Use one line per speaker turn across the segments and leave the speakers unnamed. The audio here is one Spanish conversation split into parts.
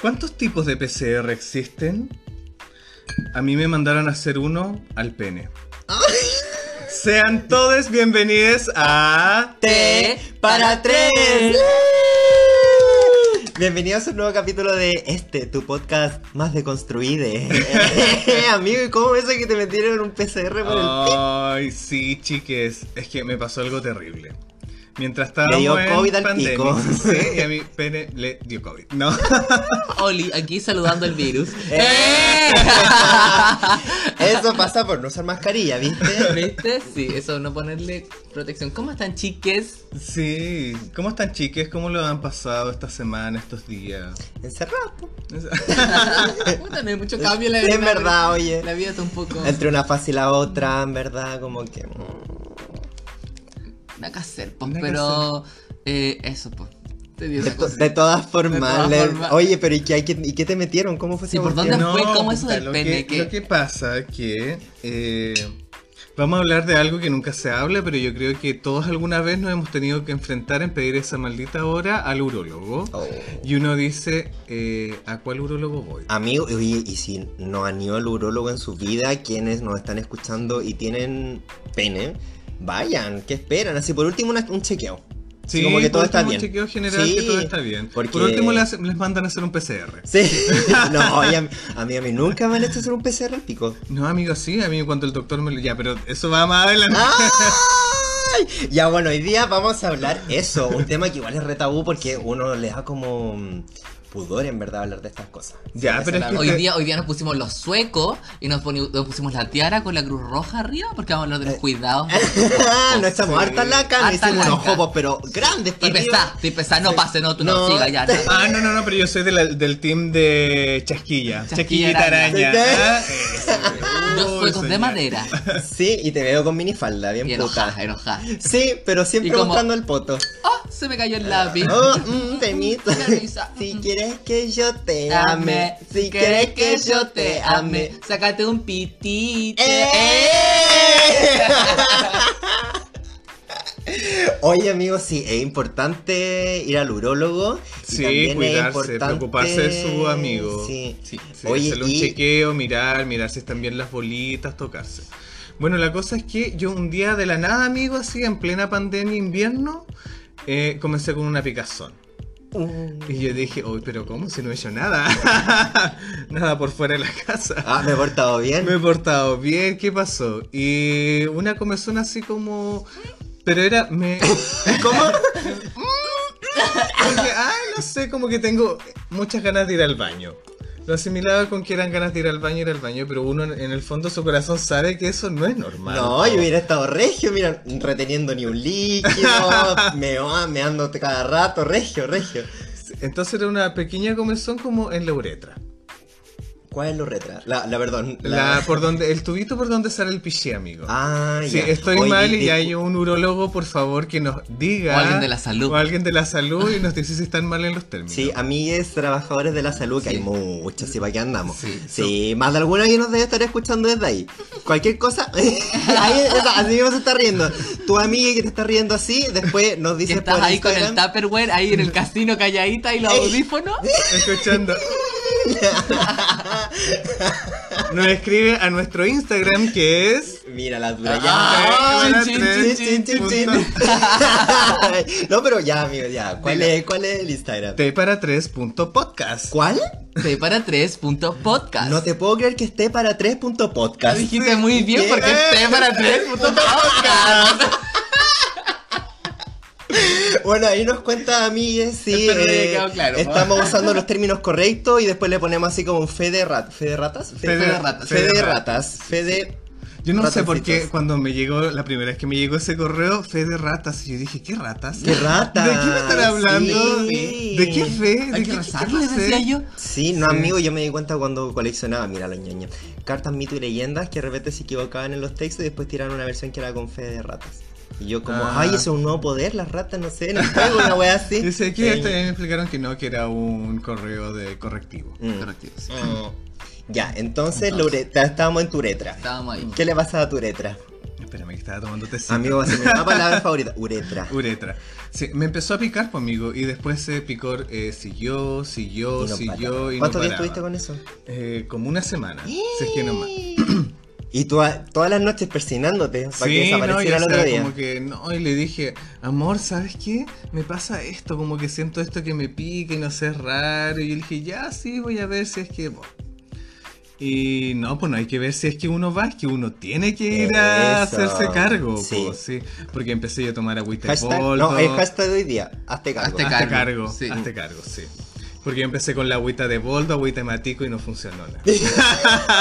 ¿Cuántos tipos de PCR existen? A mí me mandaron a hacer uno al pene. Sean todos bienvenidos a...
T para tres. Bienvenidos a un nuevo capítulo de este, tu podcast más deconstruide. Amigo, ¿y cómo eso que te metieron un PCR por el pip?
Ay, sí, chiques. Es que me pasó algo terrible. Mientras estaba
Le dio COVID al pico.
Sí, y a mi pene le dio COVID. No.
Oli, aquí saludando el virus.
¡Eh! Eso pasa por no usar mascarilla, ¿viste?
¿Viste? Sí, eso, no ponerle protección. ¿Cómo están, chiques?
Sí. ¿Cómo están, chiques? ¿Cómo lo han pasado esta semana, estos días?
Encerrado. po.
Puta, no hay mucho cambio en la vida.
Es verdad, oye.
La vida está un poco.
Entre una fase y la otra, en verdad, como que. mm,
Nada que hacer, pues,
Nada que
pero. eh, eso, pues. Te dio
De,
esa
to-
cosa.
de todas formas,
todas
le-
formas.
oye, pero ¿y qué, hay que- ¿y qué te metieron? ¿Cómo fue
Sí,
esa
¿por
cuestión?
dónde fue? ¿Cómo eso
puta,
del
lo Que,
pene? ¿Qué?
Lo que pasa que eh, vamos a hablar de algo que nunca se habla, pero yo creo que todos alguna vez nos hemos tenido que enfrentar en pedir esa maldita hora al urólogo.
Oh.
Y uno dice, eh, ¿a cuál urólogo voy?
Ah,
Amigo, oye, y si no han ido al urólogo en su vida, quienes nos están escuchando y tienen pene, vayan, ¿qué esperan? Así por último una- un chequeo. Sí, como que
por
todo está
último,
bien.
Un chequeo general que
Sí,
todo está bien.
porque-
Por último le hacen- les, mandan a hacer un PCR.
Sí. no, oye, a mí, a mí, a mí nunca me han hecho hacer un PCR al pico.
No, amigo, sí, a mí cuando el doctor me lo... Ya, pero eso va más adelante.
Ah.
¡Ay! Ya bueno, hoy día vamos a hablar eso, un tema que igual es retabú porque uno le da como mm, pudor en verdad hablar de estas cosas.
Ya, pero es que-
Hoy día, hoy día nos pusimos los suecos y nos, poni- nos pusimos la tiara con la cruz roja arriba porque vamos a hablar de
Eh,
los cuidados.
no estamos harta laca,
Harta
no hicimos unos
laca.
jopos, pero grandes
Y
para arriba.
pesá, y pesá, no
Sí.
pase, no, tú no,
No.
sigas ya. no.
Ah, no, no, no, pero yo soy de la- del team de Chasquilla.
Chasquilla
Chasquillita
araña.
araña. Ah, eso.
Los
Uy,
suecos de
señor.
madera.
Sí, y te veo con minifalda, bien
Y
puta.
enojada, enojada.
Sí, pero siempre
Y como-
mostrando el poto.
¡Oh! Se me cayó el lápiz.
Oh, mm, temito.
Una risa.
Si quieres que yo te
Ame,
ame, si quieres mm. que yo te ame.
sácate un pitite.
¡Eh! Oye amigos, sí, es importante ir al urólogo. y
Sí,
también es
cuidarse,
importante-
preocuparse de su amigo.
Sí,
Sí, sí,
Oye,
hacerle un
y-
chequeo, mirar, mirar si están bien las bolitas, tocarse. Bueno, la cosa es que yo un día de la nada, amigo, así en plena pandemia, invierno, eh, comencé con una picazón.
Mm.
Y yo dije, uy, pero ¿cómo? Si no he hecho nada. nada por fuera de la casa.
Ah, me he portado bien.
Me he portado bien, ¿qué pasó? Y una comezón así como... Pero era... Me...
¿Cómo?
Porque, ah, no sé, como que tengo muchas ganas de ir al baño. Lo asimilaba con que eran ganas de ir al baño, ir al baño, pero uno en el fondo su corazón sabe que eso no es normal.
No, yo hubiera estado regio, mira, reteniendo ni un líquido, me meando cada rato, regio, regio.
Entonces era una pequeña comezón como en la uretra.
¿Cuál es lo retra? La, la perdón.
La, por donde, el tubito por donde sale el piché, amigo.
Ah,
Sí,
ya.
estoy
Oye,
mal
y
y ya
discu-
hay un urólogo, por favor, que nos diga.
O alguien de la salud.
O alguien de la salud y nos dice si están mal en los términos.
Sí, amigues trabajadores de la salud, que
Sí.
hay muchos, sí, para qué andamos.
Sí,
Sí, más de alguna que nos debe estar escuchando desde ahí. Cualquier cosa, ahí, esa, así mismo se está riendo. Tu amiga que te está riendo así, después nos
Que
dice
estás
por
ahí con el
Instagram. Eh,
Tupperware, ahí en el casino calladita y los
Ey.
audífonos.
escuchando. Nos escribe a nuestro Instagram que es.
Mira la dura
Ah,
ya.
chin, chin, chin, chin, chin.
no, pero ya, amigo, ya. ¿Cuál
Dilo.
es, ¿Cuál es el Instagram?
T para 3.podcast.
¿Cuál?
Te para tres punto podcast.
No te puedo creer que esté para 3.podcast.
Lo dijiste muy bien porque
Eh.
es T para tres punto podcast.
Bueno, ahí nos cuenta amigues si eh,
Espero que haya quedado claro.
estamos usando los términos correctos y después le ponemos así como un fe de, rat- ¿fe de ratas. Fe,
Fe de-
ratas.
fe
Fe
de
de ratas. Fe de...
Yo no sé por qué
Ratoncitos.
cuando me llegó, la primera vez que me llegó ese correo, fe de ratas. Y yo dije, ¿qué ratas?
¿Qué ratas?
¿De qué me están hablando?
Sí.
¿De qué fe?
Hay
¿De
que
qué,
rezar,
qué
le
clase?
decía yo.
Sí, no amigo, yo me di cuenta cuando coleccionaba, mira la ñoña, cartas, mito y leyendas que de repente se equivocaban en los textos y después tiraron una versión que era con fe de ratas. Y yo como,
Ah.
ay, eso es un nuevo poder, las ratas, no sé, no sé, una wea así.
Yo sé que
Eh,
hasta ahí me explicaron que no, que era un correo de correctivo.
mm.
Correctivo, sí.
Mm. Ya, entonces, la uretra- estábamos en tu uretra.
Estábamos ahí.
¿Qué le pasa a tu uretra?
Espérame, que estaba tomando tecito.
Mm. Amigo, así me da palabra favorita. Uretra.
Uretra. Sí, me empezó a picar, pues, amigo, y después ese picor eh, siguió,
Y
siguió,
no
siguió
paraba.
y no
¿Cuántos días
paraba.
estuviste con ¡Eh! eso?
Eh, como una semana, si es que no más.
Y tú a- todas las noches persinándote para que
Sí, no, y
desapareciera
o
el otro
sea,
día.
como que no, y le dije, amor, ¿sabes qué? Me pasa esto, como que siento esto que me pica y no sé, es raro. Y yo le dije, ya, sí, voy a ver si es que... bueno". Y no, pues no hay que ver si es que uno va, es que uno tiene que ir a
Eso,
hacerse cargo,
sí.
pues, sí. Porque empecé yo a tomar agüita de
Hashtag,
boldo.
no, el hashtag de hoy día. Hazte cargo.
Hazte
Hazte
cargo,
cargo,
sí.
hazte cargo, sí. Porque yo empecé con la agüita de boldo, agüita de matico y no funcionó nada.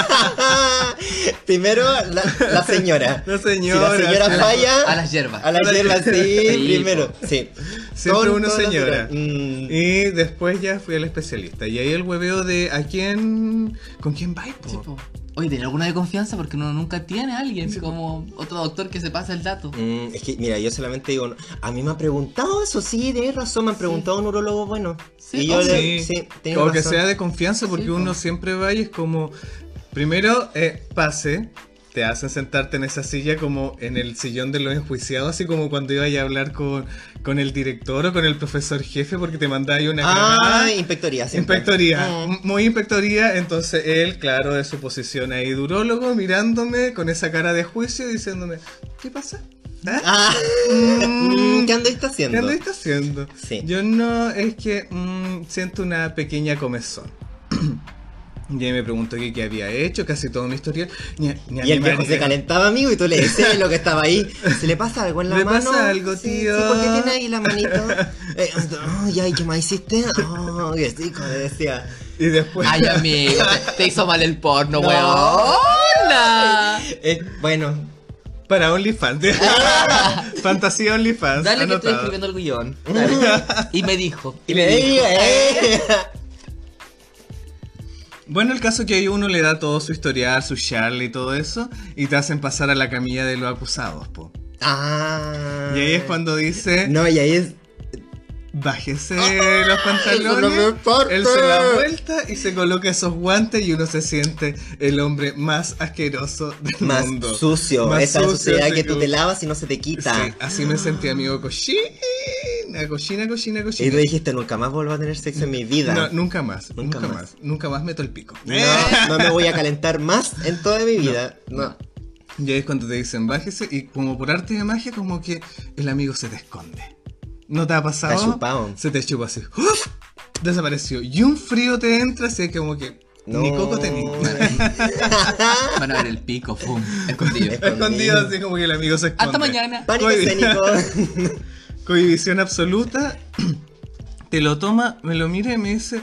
Primero la, la señora.
La
Si
señora.
la señora
sí.
la-
falla.
a las hierbas.
A las hierbas, sí,
Sí,
primero. Sí.
Siempre
Todo-
uno
todo lo
señora.
que- Mm,
Y después ya fui al especialista. Y ahí el hueveo de a quién. ¿Con quién vais, po?
Sí, po. Oye, ¿tenés alguna de confianza? Porque uno nunca tiene a alguien
Sí, po.
como otro doctor que se pasa el dato.
mm, es que, mira, yo solamente digo, no. a mí me han preguntado eso, sí, de razón, me han preguntado un urologo bueno.
Sí,
y yo
oh,
le,
sí.
sí, tenés
O que
razón.
sea de confianza, porque
Sí, po.
uno siempre va y es como. Primero, eh, pase. Te hacen sentarte en esa silla como en el sillón de los enjuiciados, así como cuando iba a hablar con, con el director o con el profesor jefe, porque te mandaba ahí una
Ah,
granada.
inspectoría, siempre.
Inspectoría,
Mm.
m- muy inspectoría, entonces él, claro, de su posición ahí de urólogo, mirándome con esa cara de juicio y diciéndome, ¿qué pasa? ¿Ah?
Ah, mm, ¿qué anduviste
¿Qué
haciendo?
anduviste haciendo?
Sí.
Yo no, es que mm, siento una pequeña comezón. y ahí me preguntó que qué había hecho, casi todo mi historial. Ni a- ni a
Y el
mi
viejo
marido.
se calentaba, amigo, y tú le decías lo que estaba ahí. ¿Se le pasa algo en la
¿Le
mano?
pasa algo,
Sí,
tío?
Sí, ¿por qué tiene ahí la manito? Eh, ay, ay, ¿qué más hiciste? Oh, qué rico, le decía.
Y después...
Ah,
Ay, amigo, te, te hizo mal el porno,
No.
huevona.
Eh, bueno,
Para OnlyFans.
Ah.
Fantasía OnlyFans.
Dale que estoy
anotado.
escribiendo el guión. Dale. Y me dijo.
y le digo, eh.
Bueno, el caso que ahí uno le da todo su historial, su charla y todo eso, y te hacen pasar a la camilla de los acusados, po.
Ah.
Y ahí es cuando dice,
No, y ahí es.
bájese los
eso no me
pantalones,
importa.
él se da vuelta y se coloca esos guantes y uno se siente el hombre más asqueroso del
Más
mundo.
sucio,
Más
esa
sucio,
suciedad
así
que tú
como-
te lavas y no se te quita.
Sí, así me sentí, amigo, cochina, cochina, cochina,
Y tú
cochina.
dijiste, nunca más vuelvo a tener sexo en mi vida.
No, nunca más,
Nunca
nunca,
más.
más. nunca más meto el pico.
No, no me voy a calentar más en toda mi vida. No.
Y ahí es cuando te dicen bájese y como por arte de magia como que el amigo se te esconde. ¿No te ha pasado?
Está chupado.
Se te chupa así. ¡Uf! Desapareció. Y un frío te entra así como que...
No.
Ni coco tenía.
Van a ver el pico, pum, escondido.
Escondido.
Escondido así como que el amigo se esconde.
Hasta mañana.
Pánico
Muy bien.
escénico.
Cohibición absoluta. Te lo toma, me lo mira y me dice...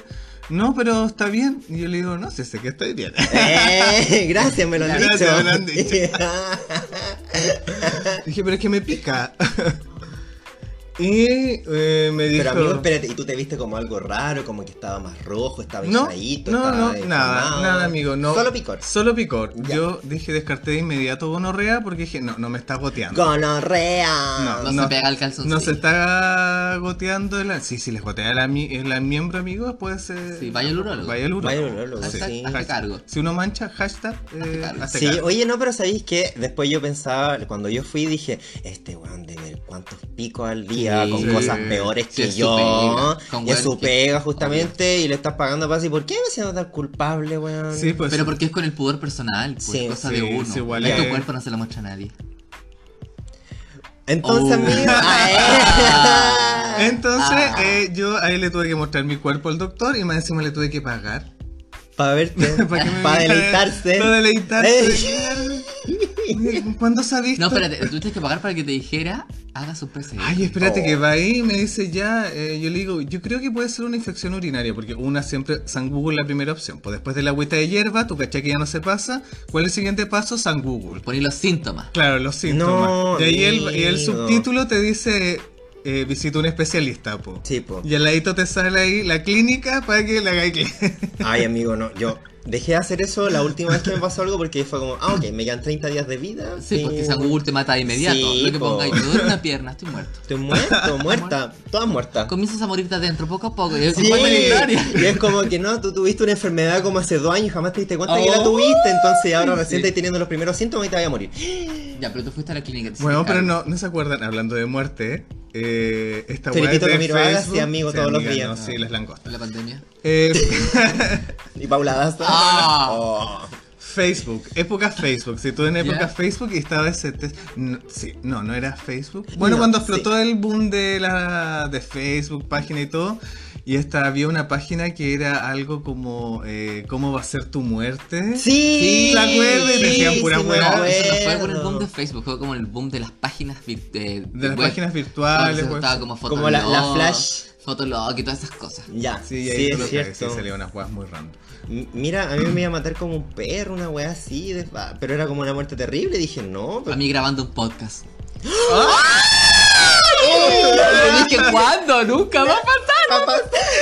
No, pero está bien. Y yo le digo, no, sí sé que estoy bien.
Eh, gracias, me lo han
Gracias,
dicho.
me lo han dicho. Dije, pero es que me pica. y eh, me dijo...
Pero amigo, espérate, ¿y tú te viste como algo raro? Como que estaba más rojo, estaba
No,
hinchadito,
no,
estaba
no, nada,
inflamado?
nada, amigo, no.
Solo picor.
Solo picor.
Ya.
Yo dije, descarté de inmediato gonorrea porque dije, no, no me está goteando.
Gonorrea.
No se pega el calzoncillo.
No se está goteando el... Sí, si les gotea el, ami- el miembro, amigo, puede ser...
Sí, vaya al urólogo.
Vaya al urólogo.
Vaya al urólogo,
Hashtag,
sí.
hazte cargo.
Si uno mancha, hashtag... eh,
cargo.
hazte
Sí,
cargo.
oye, no, pero sabéis que después yo pensaba, cuando yo fui, dije, este weón debe ver cuántos picos al día,
Sí.
con
Sí.
cosas peores
Sí,
que
es su
yo.
pega, con
Y es
weón
su
que-
pega, justamente, y le estás pagando para así. ¿Por qué me siento tan culpable, weón?
Sí, pues...
Pero porque es con el pudor personal, pues
Sí,
cosa
sí,
de uno.
sí, igual
Y tu
es-
cuerpo no se lo muestra a nadie.
Entonces,
Oh.
amigo. eh. ah, eh.
Entonces,
Ah.
eh, yo ahí le tuve que mostrar mi cuerpo al doctor y más encima le tuve que pagar.
Para verte.
Para que me
Para
viera-
deleitarse.
Para deleitarse.
Eh.
claro. ¿Cuándo sabiste?
No, espérate, tú tienes que pagar para que te dijera, haga su PCR.
Ay, espérate
Oh.
que va ahí y me dice ya, eh, yo le digo, yo creo que puede ser una infección urinaria, porque una siempre, sangugo es la primera opción. Pues después de la agüita de hierba, tu cachá que ya no se pasa, ¿cuál es el siguiente paso? Sangugo.
Poner los síntomas.
Claro, los síntomas.
No,
y ahí el, y el
amigo.
subtítulo te dice, eh, visita un especialista, po.
Sí, po.
Y al ladito te sale ahí la clínica para que la hagáis clí-
Ay, amigo, no, yo Dejé de hacer eso la última vez que me pasó algo porque fue como, ah, ok, me quedan 30 días de vida.
Sí, porque esa Google te mata de inmediato.
Sí,
Lo que
po.
pongáis, me duele una pierna, estoy muerto.
Estoy muerto, muerta, todas muertas.
Comienzas a morir de adentro, poco a poco. Y es
Sí,
igual de historia.
y es como que no, tú tuviste una enfermedad como hace dos años y jamás te diste cuenta que la
Oh,
tuviste, entonces ahora
sí.
recién estás teniendo los primeros síntomas y te vas a morir.
Ya, pero tú fuiste a la clínica. te hiciste
Bueno, pero
cargo.
no, no se acuerdan, hablando de muerte, eh, esta web
Felipito
de
Camilo Vargas,
Facebook-
sí, amigo
sí,
todos los
amiga,
días.
No, sí, las langostas.
La pandemia.
Eh,
Y Paula Daza.
Ah.
Oh.
Facebook, época Facebook. Si tú en época
Ya.
Facebook y estaba ese test. No, sí, no, no era Facebook. Bueno,
No,
cuando
sí.
explotó el boom de la de Facebook, página y todo. Y esta había una página que era algo como eh, ¿Cómo va a ser tu muerte?
Sí,
¿Se acuerdan?
sí,
Decían pura
sí, me
hueá.
No,
acuerdo.
eso no fue por el boom de Facebook, fue como el boom de las páginas vir- de,
De las
web.
páginas pues.
Cuando se
virtuales. web.
usaba como Fotolog,
Como la- la Flash.
Fotolog y todas esas cosas.
Ya,
Sí, y
sí,
ahí tú lo
es
caes,
cierto.
y salían unas weas muy random.
M- Mira, a mí me iba a matar como un perro, una weá así, de- ah, pero era como una muerte terrible. Dije, no, pues,
A
pero...
mí grabando un podcast.
¡Ah!
Yo dije, ¿cuándo? Nunca va a pasar.
Papá,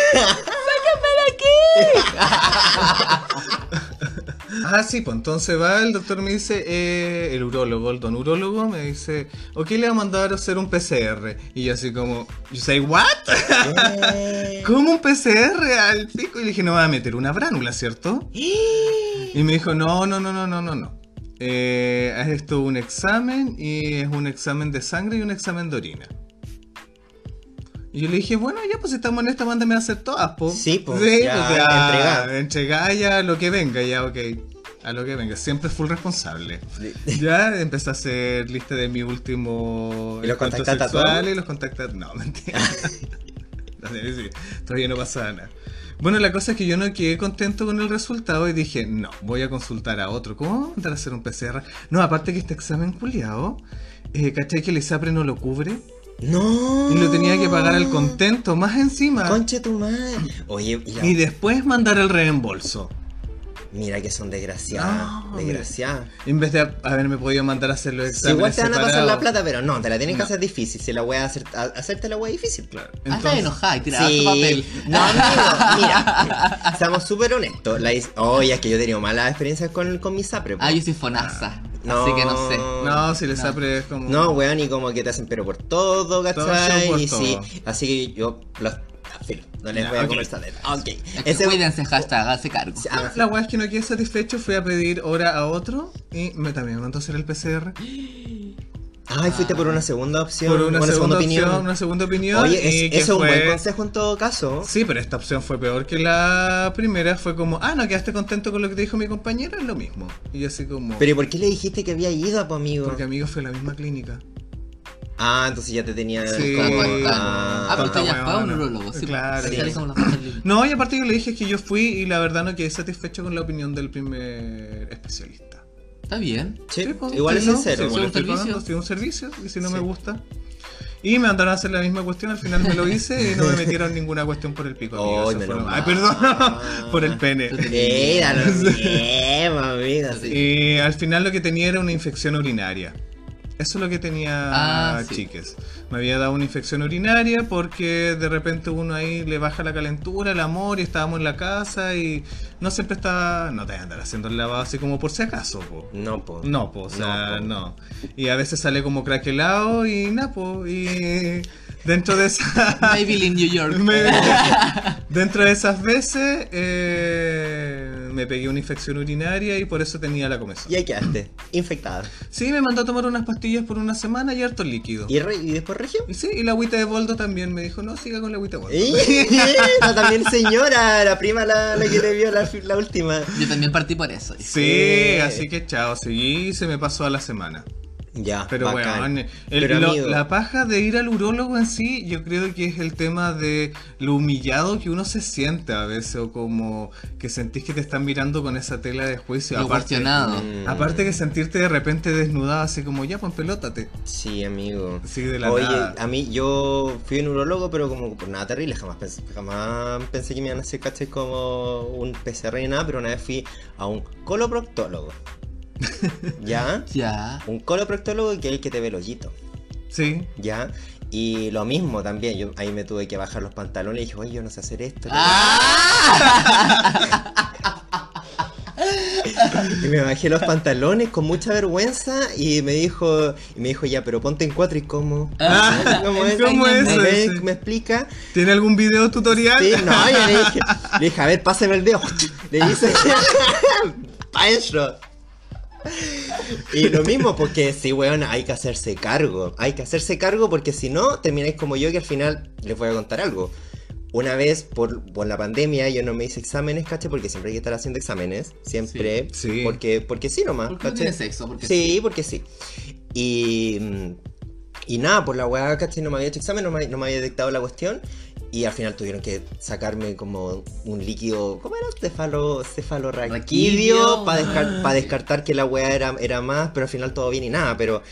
Ah, sí, pues entonces va, el doctor me dice, eh, el urólogo, el don urólogo, me dice, ok, le va a mandar a hacer un PCR. Y yo así como, you say what?
eh,
¿Cómo un PCR al pico? Y le dije, no me va a meter una bránula, ¿cierto? Y me dijo, no, no, no, no, no, no, no. Eh, haz esto un examen y es un examen de sangre y un examen de orina. Y yo le dije, bueno, ya, pues si estamos en esta, mándame a hacer todas, po. pues,
Sí, po, ya,
ya,
entregá.
entregá ya lo que venga, ya, ok. A lo que venga, siempre full responsable. Ya empecé a hacer lista de mi último
¿Y los
encuentro
contactaste a
sexual
todos?
y los contactas. No, mentira. No sé, sí, Todavía no pasaba nada. Bueno, la cosa es que yo no quedé contento con el resultado y dije, no, voy a consultar a otro. ¿Cómo vamos a mandar a hacer un PCR? No, aparte que este examen culiado, eh, ¿cachai que el ISAPRE no lo cubre?
no.
Y lo tenía que pagar al contento más encima.
Conche tu madre. Oye, y la-
Y después mandar el reembolso.
mira que son desgraciadas.
No,
desgraciadas.
En vez de haberme podido mandar a hacer los
Si
exámenes
igual te van a pasar
separados.
la plata, pero no, te la tienen que
No.
hacer difícil. Si la voy a hacer, a- hacerte la weá difícil, claro.
Hasta
Entonces-
enojada y tiraba tu papel.
No, amigo, mira, seamos súper honestos. La is- Oye, es que yo he tenido malas experiencias con, con pues. mi sapre. po.
Ah, yo soy fonasa.
No.
Así que no sé.
No, si les
No.
apre es como.
No, weón, y como que te hacen pero por todo,
Todo
¿cachai?
show por
y sí,
todo.
así que yo los afilo, no les
Ya,
voy a
ok.
conversar de eso. Ok.
Es que
Ese-
Cuídense, hashtag, hace cargo.
Sí,
Ah,
ah,
La- La weá es que no quedé satisfecho, fui a pedir hora a otro y me también me mandó a hacer el PCR.
Ay, fuiste por una segunda opción.
Por una, segunda, opinión.
opinión.
una segunda opinión.
Oye,
y
es-
que
eso es un
fue-
buen consejo en todo caso.
Sí, pero esta opción fue peor que la primera. Fue como, ah, no quedaste contento con lo que te dijo mi compañero, es lo mismo. Y yo así como,
Pero ¿y por qué le dijiste que había ido, pues, amigo?
porque amigo fue a la misma clínica.
Ah, entonces ya te tenía.
Sí. pues,
Como está.
Ah.
Ah, pero usted ya fue a un
Huevona.
urologo. Sí,
Claro.
sí,
Sí.
le somos los más felices.
No, y aparte yo le dije que yo fui y la verdad no quedé satisfecho con la opinión del primer especialista.
Está bien.
Sí,
pues,
igual es
sí, ¿no?
sincero.
Sí, igual
Sí, un
estoy
servicio.
pagando, sí, un servicio, y si no
Sí.
me gusta. Y me mandaron a hacer la misma cuestión, al final me lo hice y no me metieron ninguna cuestión por el pico. amigo,
Ay,
eso fue
menos
lo-
mal.
Ay, perdón, por el
Tú
pene.
tenías-
Era lo bien, amigo.
Sí.
Y al final lo que tenía era una infección urinaria. Eso es lo que tenía
Ah, sí.
chiques. Me había dado una infección urinaria porque de repente uno ahí le baja la calentura, el amor, y estábamos en la casa y no siempre está. No te vas a andar haciendo el lavado así como por si acaso, po.
No, po.
No, pues, o sea,
No, po.
no. Y a veces sale como craquelado y nada, po, Y dentro de esa.
Maybe in New York.
me- dentro de esas veces eh, me pegué una infección urinaria y por eso tenía la comezón.
Y ahí quedaste, infectada.
Sí, me mandó a tomar unas pastillas por una semana y harto líquido.
¿Y, re- y después región?
Y sí, y la agüita de boldo también me dijo, no, siga con la agüita de boldo.
No, también señora, la prima la, la que te vio la, la última.
Yo también partí por eso.
Sí, así que chao, seguí y se me pasó a la semana.
Ya,
Pero eh,
bacán.
bueno,
Pero, amigo.
la paja de ir al urólogo en sí, yo creo que es el tema de lo humillado que uno se siente a veces, o como que sentís que te están mirando con esa tela de juicio.
Lo
aparte,
cuestionado.
Mm,
aparte que sentirte de repente desnudado, así como ya, pues pelótate.
Sí, amigo.
Así de la
Oye, ah,
nada.
a mí yo fui un urologo, pero como por nada terrible, jamás pensé, jamás pensé que me iban a hacer caché como un PCR ni nada, pero una vez fui a un coloproctólogo. ¿Ya?
Ya.
Un coloproctólogo que es el que te ve el hoyito.
Sí.
¿Ya? Y lo mismo también, yo ahí me tuve que bajar
Ah,
los pantalones y dije, oye, yo no sé hacer esto.
¡Ah!
Y me bajé los pantalones con mucha vergüenza y me dijo, y me dijo ya, pero ponte en cuatro y cómo.
Ah,
¿Cómo es?
¿cómo es
¿Me- me-
ese?
¿Me explica?
¿Tiene algún video tutorial?
Sí, no, yo le dije, le dije, a ver, pásame el dedo. Le dice, pa' eso. Y lo mismo, porque sí, weón, hay que hacerse cargo. Hay que hacerse cargo porque si no, termináis como yo, que al final les voy a contar algo. Una vez por, por la pandemia yo no me hice exámenes, caché, porque siempre hay que estar haciendo exámenes. Siempre.
Sí. Sí.
Porque, porque sí nomás.
¿Por qué no
¿cachai?
tiene sexo? Porque
Sí, porque sí. Y, mm, y nada, por la weá, ¿cachai? No me había hecho examen, no me, no me había detectado la cuestión. Y al final tuvieron que sacarme como un líquido, ¿cómo era? Cefalo, cefalorraquidio,
Raquidio.
para
Ah.
descartar que la weá era, era más, pero al final todo bien y nada, pero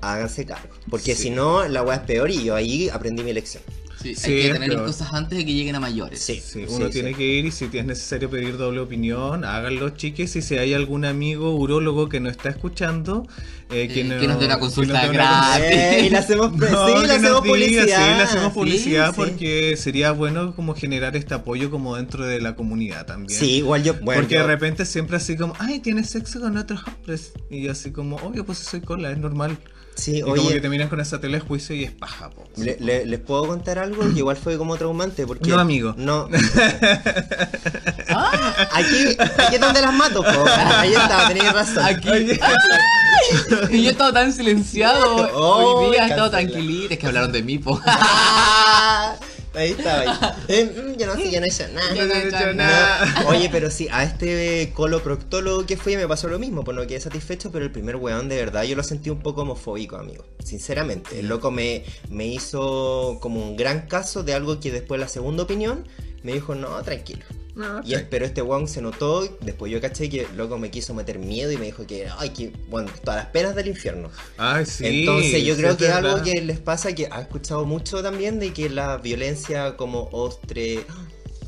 háganse cargo. Porque
Sí.
si no, la weá es peor y yo ahí aprendí mi lección.
Sí,
Sí,
hay
es
que tener las
peor.
cosas antes de que lleguen a mayores.
Sí,
Sí, uno
sí,
tiene
sí.
que ir y si es necesario pedir doble opinión, háganlo, chiques. Y si hay algún amigo urólogo que nos está escuchando, eh, que,
Eh,
no-
que nos dé una
que
consulta
nos dé una
gratis.
consulta.
Eh, y le hacemos,
No,
sí,
que
le
nos
hacemos
diga,
publicidad.
Sí, le hacemos publicidad
sí.
porque sería bueno como generar este apoyo como dentro de la comunidad también.
Sí, igual yo. Bueno,
porque
yo-
de repente siempre así como, ay, tienes sexo con otros hombres. Y yo así como, obvio, pues soy cola, es normal.
sí,
Y como que te miran con esa tele de juicio y es paja, po.
Le- le- les puedo contar algo que igual fue como traumante porque
No, amigo.
no aquí aquí es donde las mato po. ahí está tenéis razón
Aquí.
Oye.
Y yo he estado tan silenciado.
Oh,
Hoy día he estado
cancela.
tranquilito. Es que hablaron de mí, po.
Ah, ahí está ahí. Eh, mm, yo no sé yo no he hecho nada
Yo no he hecho
No. Oye, pero sí, a este coloproctólogo que fui me pasó lo mismo, por lo que he satisfecho, pero el primer weón de verdad yo lo sentí un poco homofóbico, amigo. Sinceramente, el loco me, me hizo como un gran caso de algo que después la segunda opinión me dijo, no, tranquilo.
No,
Y es- pero este weón se notó, y después yo caché que loco me quiso meter miedo y me dijo que, ay, que, bueno, todas las penas del infierno.
Ay, sí.
Entonces yo
sí,
creo
es
que es algo
verdad.
que les pasa, que ha escuchado mucho también, de que la violencia como ostre...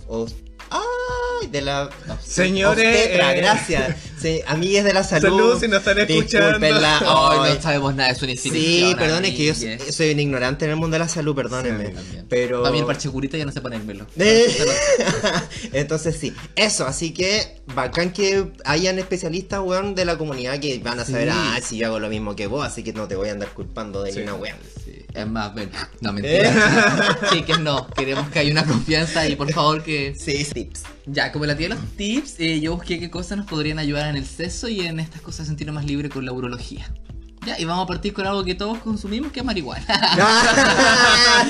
os- ¡Ay! De la...
Señores,
obstetra,
eh.
gracias. Sí, amigues de la salud.
Salud, si nos están escuchando.
Discúlpenla.
Hoy
Ay,
no sabemos nada de su definición.
Sí, perdón, es que yo
amigues.
soy- Oh. soy un ignorante en el mundo de la salud, perdónenme.
Sí,
También.
pero...
Para mí el parche curita ya no sé ponérmelo.
Entonces sí, eso, así que bacán que hayan especialistas, weón, de la comunidad que van a
Sí.
saber, ah, si yo hago lo mismo que vos, así que no te voy a andar culpando de
Sí.
ni una weón.
Sí, es más, ven.
¿Eh?
No, mentira. Sí, que no. Queremos que haya una confianza y por favor que.
Sí, tips.
Ya, como la tía de los tips, eh, yo busqué qué cosas nos podrían ayudar en el sexo y en estas cosas sentirnos más libres con la urología. Ya, y vamos a partir con algo que todos consumimos, que es marihuana.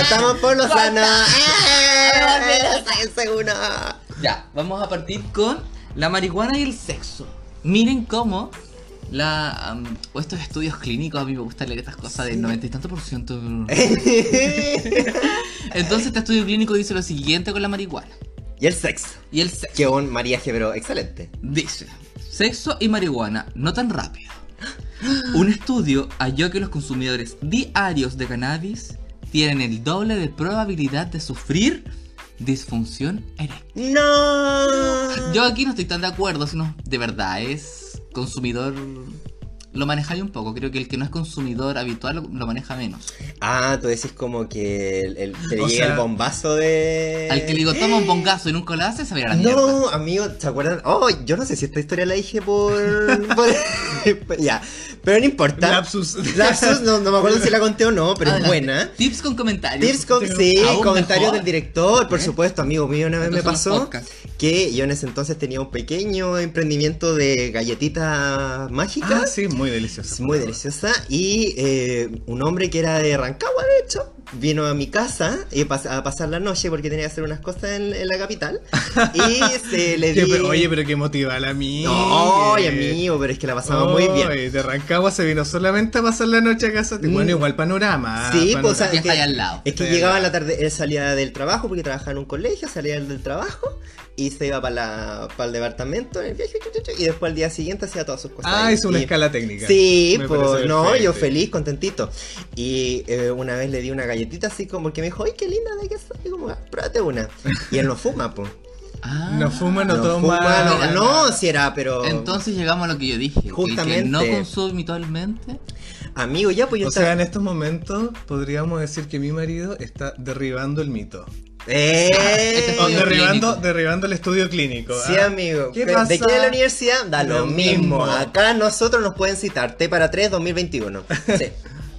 Estamos por los
Basta.
sano. ¡Ah! Sáquense uno.
ya, vamos a partir con la marihuana y el sexo. Miren cómo la am, o estos estudios clínicos, a mí me gusta leer estas cosas del 90 y tanto por ciento. Entonces este estudio clínico dice lo siguiente con la marihuana
Y el sexo.
y el sexo.
Que un mariaje, pero excelente.
Dice, sexo y marihuana, no tan rápido. Un estudio halló que los consumidores diarios de cannabis tienen el doble de probabilidad de sufrir disfunción eréctil.
No.
Yo aquí no estoy tan de acuerdo, sino de verdad es consumidor... Lo manejáis un poco, creo que el que no es consumidor habitual lo, lo maneja menos.
Ah, tú decís como que el, el- te
O
llega
sea,
el bombazo de.
Al que le digo, toma un bongazo y nunca lo hace, se va a ir a la mierda.
Eh. No, amigo, ¿se acuerdan? Oh, yo no sé si esta historia la dije por. por- ya, pero no importa.
Lapsus.
Lapsus, no, no me acuerdo si la conté o no, pero es
Adelante.
buena.
Tips con comentarios.
Tips con, sí,
Aún
comentarios
mejor.
del director, por
¿Eh?
supuesto, amigo mío, una vez me
Estos son los
pasó
podcasts.
que yo en ese entonces tenía un pequeño emprendimiento de galletitas
Ah,
mágicas,
sí, muy delicioso.
es muy deliciosa, y eh, un hombre que era de Rancagua, de hecho, vino a mi casa y pas- a pasar la noche porque tenía que hacer unas cosas en, en la capital, y se le
Qué
di...
pe- oye, pero qué motiva la mía.
No, ay, amigo, pero es que la pasaba muy bien.
De Rancagua se vino solamente a pasar la noche a casa.
Mm.
Bueno, igual panorama.
Sí,
panorama.
pues, o sea,
Ya
que-
está ahí al lado.
Es que
Sí,
llegaba en
claro.
la tarde, él salía del trabajo porque trabajaba en un colegio, salía del trabajo y se iba para, la, para el departamento en el viaje chu, chu, chu, y después al día siguiente hacía todas sus cosas.
Ah,
ahí.
hizo una
Y-
escala técnica.
Sí,
Me
pues
parece
no, yo
perfecto.
feliz, contentito. Y eh, una vez le di una galletita así como que me dijo, ¡ay, qué linda de que soy! Como, "Ah, pruébate una. Y él no fuma, pues.
Ah.
No fuma, no, toma.
fuma, no-
nada.
no, si era, pero...
Entonces llegamos a lo que yo dije. que
Justamente.
El que no consume habitualmente.
Amigo, ya pues yo
O
estaba...
sea, en estos momentos podríamos decir que mi marido está derribando el mito.
¡Eh!
Oh,
Estudio
derribando,
clínico.
derribando el estudio clínico.
Sí,
ah.
amigo.
¿Qué
¿De
pasa?
qué de la universidad? Da lo,
Lo
mismo.
mismo.
Acá nosotros nos pueden citar T para 3 2021. Sí.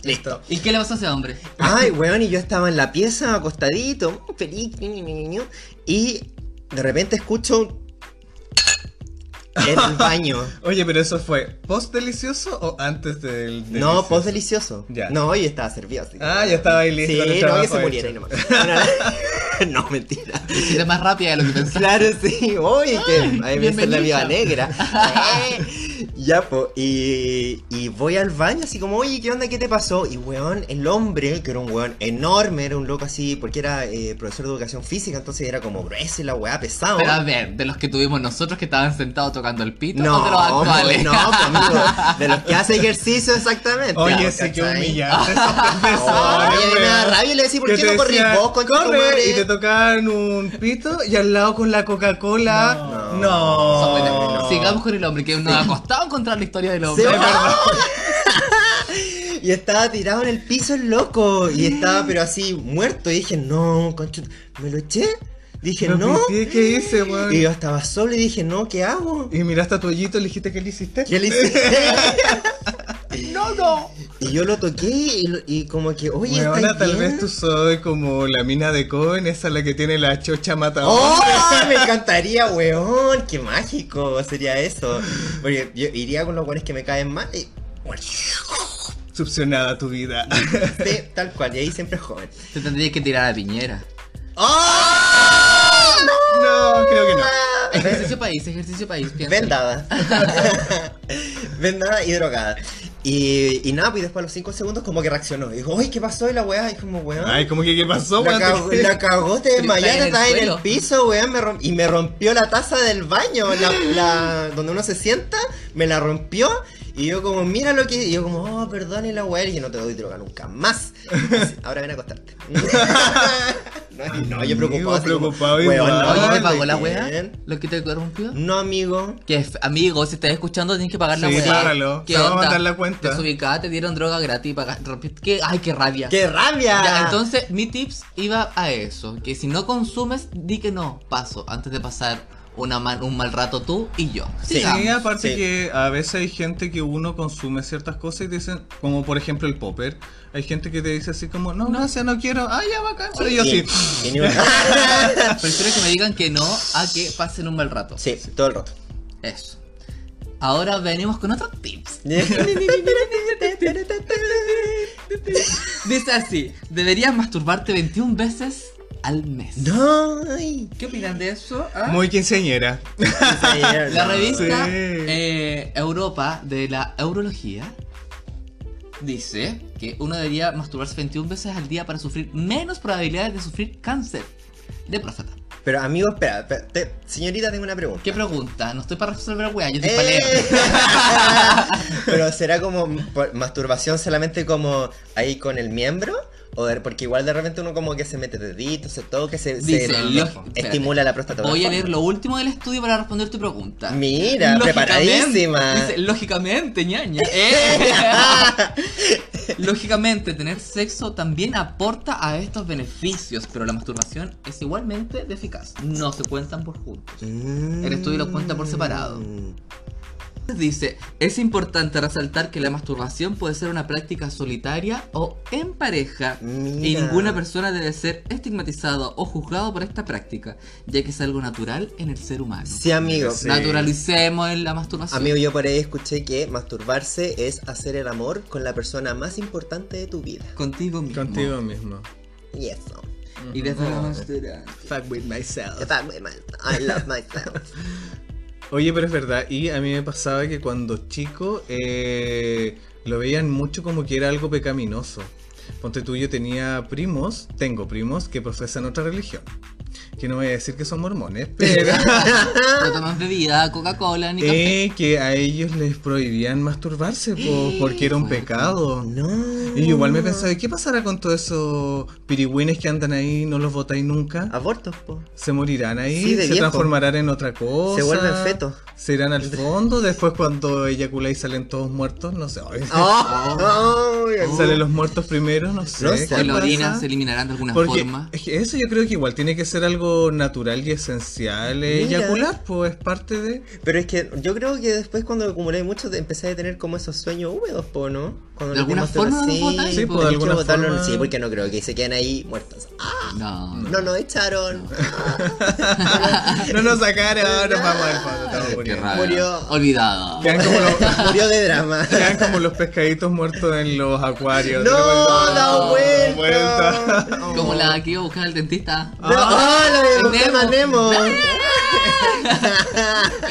Listo.
¿Y qué le pasó a ese hombre?
Ay, weón, y yo estaba en la pieza acostadito, feliz, ni, ni, ni, ni, y de repente escucho un- en el baño.
Oye, pero eso fue post delicioso o antes del
No,
delicioso?
post delicioso.
Ya.
No, yo estaba servido. así que-
Ah, ya estaba ahí listo con el
Sí, no,
trabajo
que se
hecho.
muriera y nomás. No, no, no, mentira.
Era más rápida de lo que pensaba.
Claro, sí, oye, que ahí me hice la
bienvenida.
viva negra. Eh, ya, po, y, y voy al baño así como, oye, ¿qué onda? ¿Qué te pasó? Y weón, el hombre, que era un weón enorme, era un loco así, porque era eh, profesor de educación física, entonces era como grueso y la weá pesado.
Pero a ver, de los que tuvimos nosotros que estaban sentados tocando el pito
no,
o de los actuales.
no, po, amigo, de los que hace ejercicio exactamente.
Oye,
Ah,
sí que
¿cachai?
humillante esos
Oye,
profesores,
a mí me da
weón.
rabia y le decía, ¿por
Que
qué
te
no corrís
decían,
vos con tu
corre
madre?
y te tocaban un pito y al lado con la Coca-Cola.
No.
No.
Son buenas.
No.
Sigamos con el hombre, que nos ha costado encontrar la historia del hombre.
Sí, es verdad. Y estaba tirado en el piso el loco. Y estaba, pero así, muerto. Y dije, no, concho, ¿me lo eché? Dije,
Lo
no.
pitié que hice, weón.
Y yo estaba solo y dije, no, ¿qué hago?
Y miraste a tu hoyito y le dijiste que le hiciste.
¿Qué le hice?
No, no.
y yo lo toqué y, lo- y como que, oye,
Weona,
¿estás
tal
bien?
vez tú soy como la mina de Coven, esa la que tiene la chocha matadora.
¡Oh! Me encantaría, weón. Qué mágico sería eso. Porque yo iría con los buenos que me caen mal y. bueno,
Succionada tu vida.
sí, tal cual. Y ahí siempre es joven.
Te tendrías que tirar a Piñera.
¡Oh!
no, creo que no.
Eh.
Ejercicio país, ejercicio país, piensa.
Vendada. Vendada y drogada. Y, y nada, pues después a los 5 segundos como que reaccionó. Y dijo, uy, ¿qué pasó? Y la weá, y como, weón.
Ay, ¿cómo que qué pasó,
la,
weón?
cagó- la cagó, te
Pero
desmayaste,
está
estás
en el
en el
suelo.
piso, weón. me romp- y me rompió la taza del baño, la, la- donde uno se sienta, me la rompió. Y yo como, mira lo que... Y yo como, oh, perdón, y la weá. Y yo no te doy droga nunca más. Así, Ahora ven a acostarte. no, no, yo
Amigo,
preocupado. así como,
preocupado
"Weón,
igual.
no,
Oye, ¿te
Dale,
pagó la
bien".
wea? ¿Lo que te corrompió?
No, amigo.
Que f- amigo, si estás escuchando tienes que pagar la
Sí,
wea.
págalo. Te vamos a
onda?
mandar la cuenta.
Desubicada, te dieron droga gratis, pagas- rompiste- ¿Qué? Ay, qué rabia.
¡Qué rabia!
Ya, entonces, mi tips iba a eso, que si no consumes, di que no, paso, antes de pasar una mal- un mal rato tú y yo.
Sí.
Sigamos.
Sí, aparte
Sí.
que a veces hay gente que uno consume ciertas cosas y dicen, como por ejemplo el popper, hay gente que te dice así como, no, gracias, no quiero, ah, ya bacán, pero yo sí.
Y- y ni una-
Prefiero que me digan que no a que pasen un mal rato.
sí, todo el rato.
Eso. Ahora venimos con otros tips. Dice así, deberías masturbarte 21 veces al mes.
no. ay.
¿Qué opinan de eso? ah?
Muy quinceañera.
La revista
Sí.
eh, Europa de la Urología dice que uno debería masturbarse 21 veces al día para sufrir menos probabilidades de sufrir cáncer de próstata.
Pero amigo, espera, espera, te- señorita, tengo una pregunta.
¿Qué pregunta? No estoy para resolver weá, yo estoy para
Eh.
leer.
Pero será como por- masturbación solamente como ahí con el miembro? O de- porque igual de repente uno como que se mete deditos, se toca, se, se
Dice, log-
estimula la próstata.
Voy a leer lo último del estudio para responder tu pregunta.
Mira, preparadísima.
Dice, lógicamente, ñaña. Eh. lógicamente, tener sexo también aporta a estos beneficios, pero la masturbación es igualmente de eficaz. No se cuentan por juntos.
El
El estudio lo cuenta por separado. Dice, es importante resaltar que la masturbación puede ser una práctica solitaria o en pareja.
Mira.
Y ninguna persona debe ser estigmatizado o juzgado por esta práctica, ya que es algo natural en el ser humano.
Sí, amigo.
Sí.
Naturalicemos la masturbación.
Amigo, yo por ahí escuché que masturbarse es hacer el amor con la persona más importante de tu vida.
Contigo mismo.
Contigo mismo.
Y eso.
Y desde la maestría.
Fuck with myself.
If I were myself, I love myself.
Oye, pero es verdad, y a mí me pasaba que cuando chico eh, lo veían mucho como que era algo pecaminoso. Ponte tú, yo tenía primos, tengo primos que profesan otra religión. Que no voy a decir que son mormones, pero
No toman bebida, Coca-Cola, ni café.
eh, que a ellos les prohibían masturbarse po- porque era un
Fuerte.
pecado.
No.
Y yo igual me pensaba, ¿y qué pasará con todos esos pirigüines que andan ahí, no los votáis nunca?
Abortos, po.
¿Se morirán ahí?
Ah. Sí, de
¿Se
viejo.
transformarán en otra cosa?
Se vuelven fetos.
¿Se irán al fondo? Después cuando eyaculáis salen todos muertos, no sé. ay,
Oh, oh,
¿Salen los muertos primero? No sé.
No
¿qué
sé.
O la
pasa?
orina se eliminarán de alguna
Porque
forma.
es que eso yo creo que igual tiene que ser algo natural y esencial. eh,
Mira.
Eyacular, pues es parte de.
Pero es que yo creo que después cuando acumulé mucho te- empecé a tener como esos sueños húmedos, po, ¿no? Cuando
De alguna
metí más
forma pues,
telas-
los botáis,
sí,
po.
po,
pues, De
tenés que
alguna
botarlo,
forma.
sí, porque no creo que se queden ahí muertos. Ah,
No, no.
No nos echaron.
No nos sacaron, nos vamos al fondo. estamos
Qué
muriendo.
rabia.
Murió.
Olvidado.
Quedan como, los,
Murió de drama.
quedan como los pescaditos muertos en los acuarios. Ah,
no, da
da
vuelta.
Como la que iba a buscar al dentista.
No, ¡Ah, la de los temas Nemo!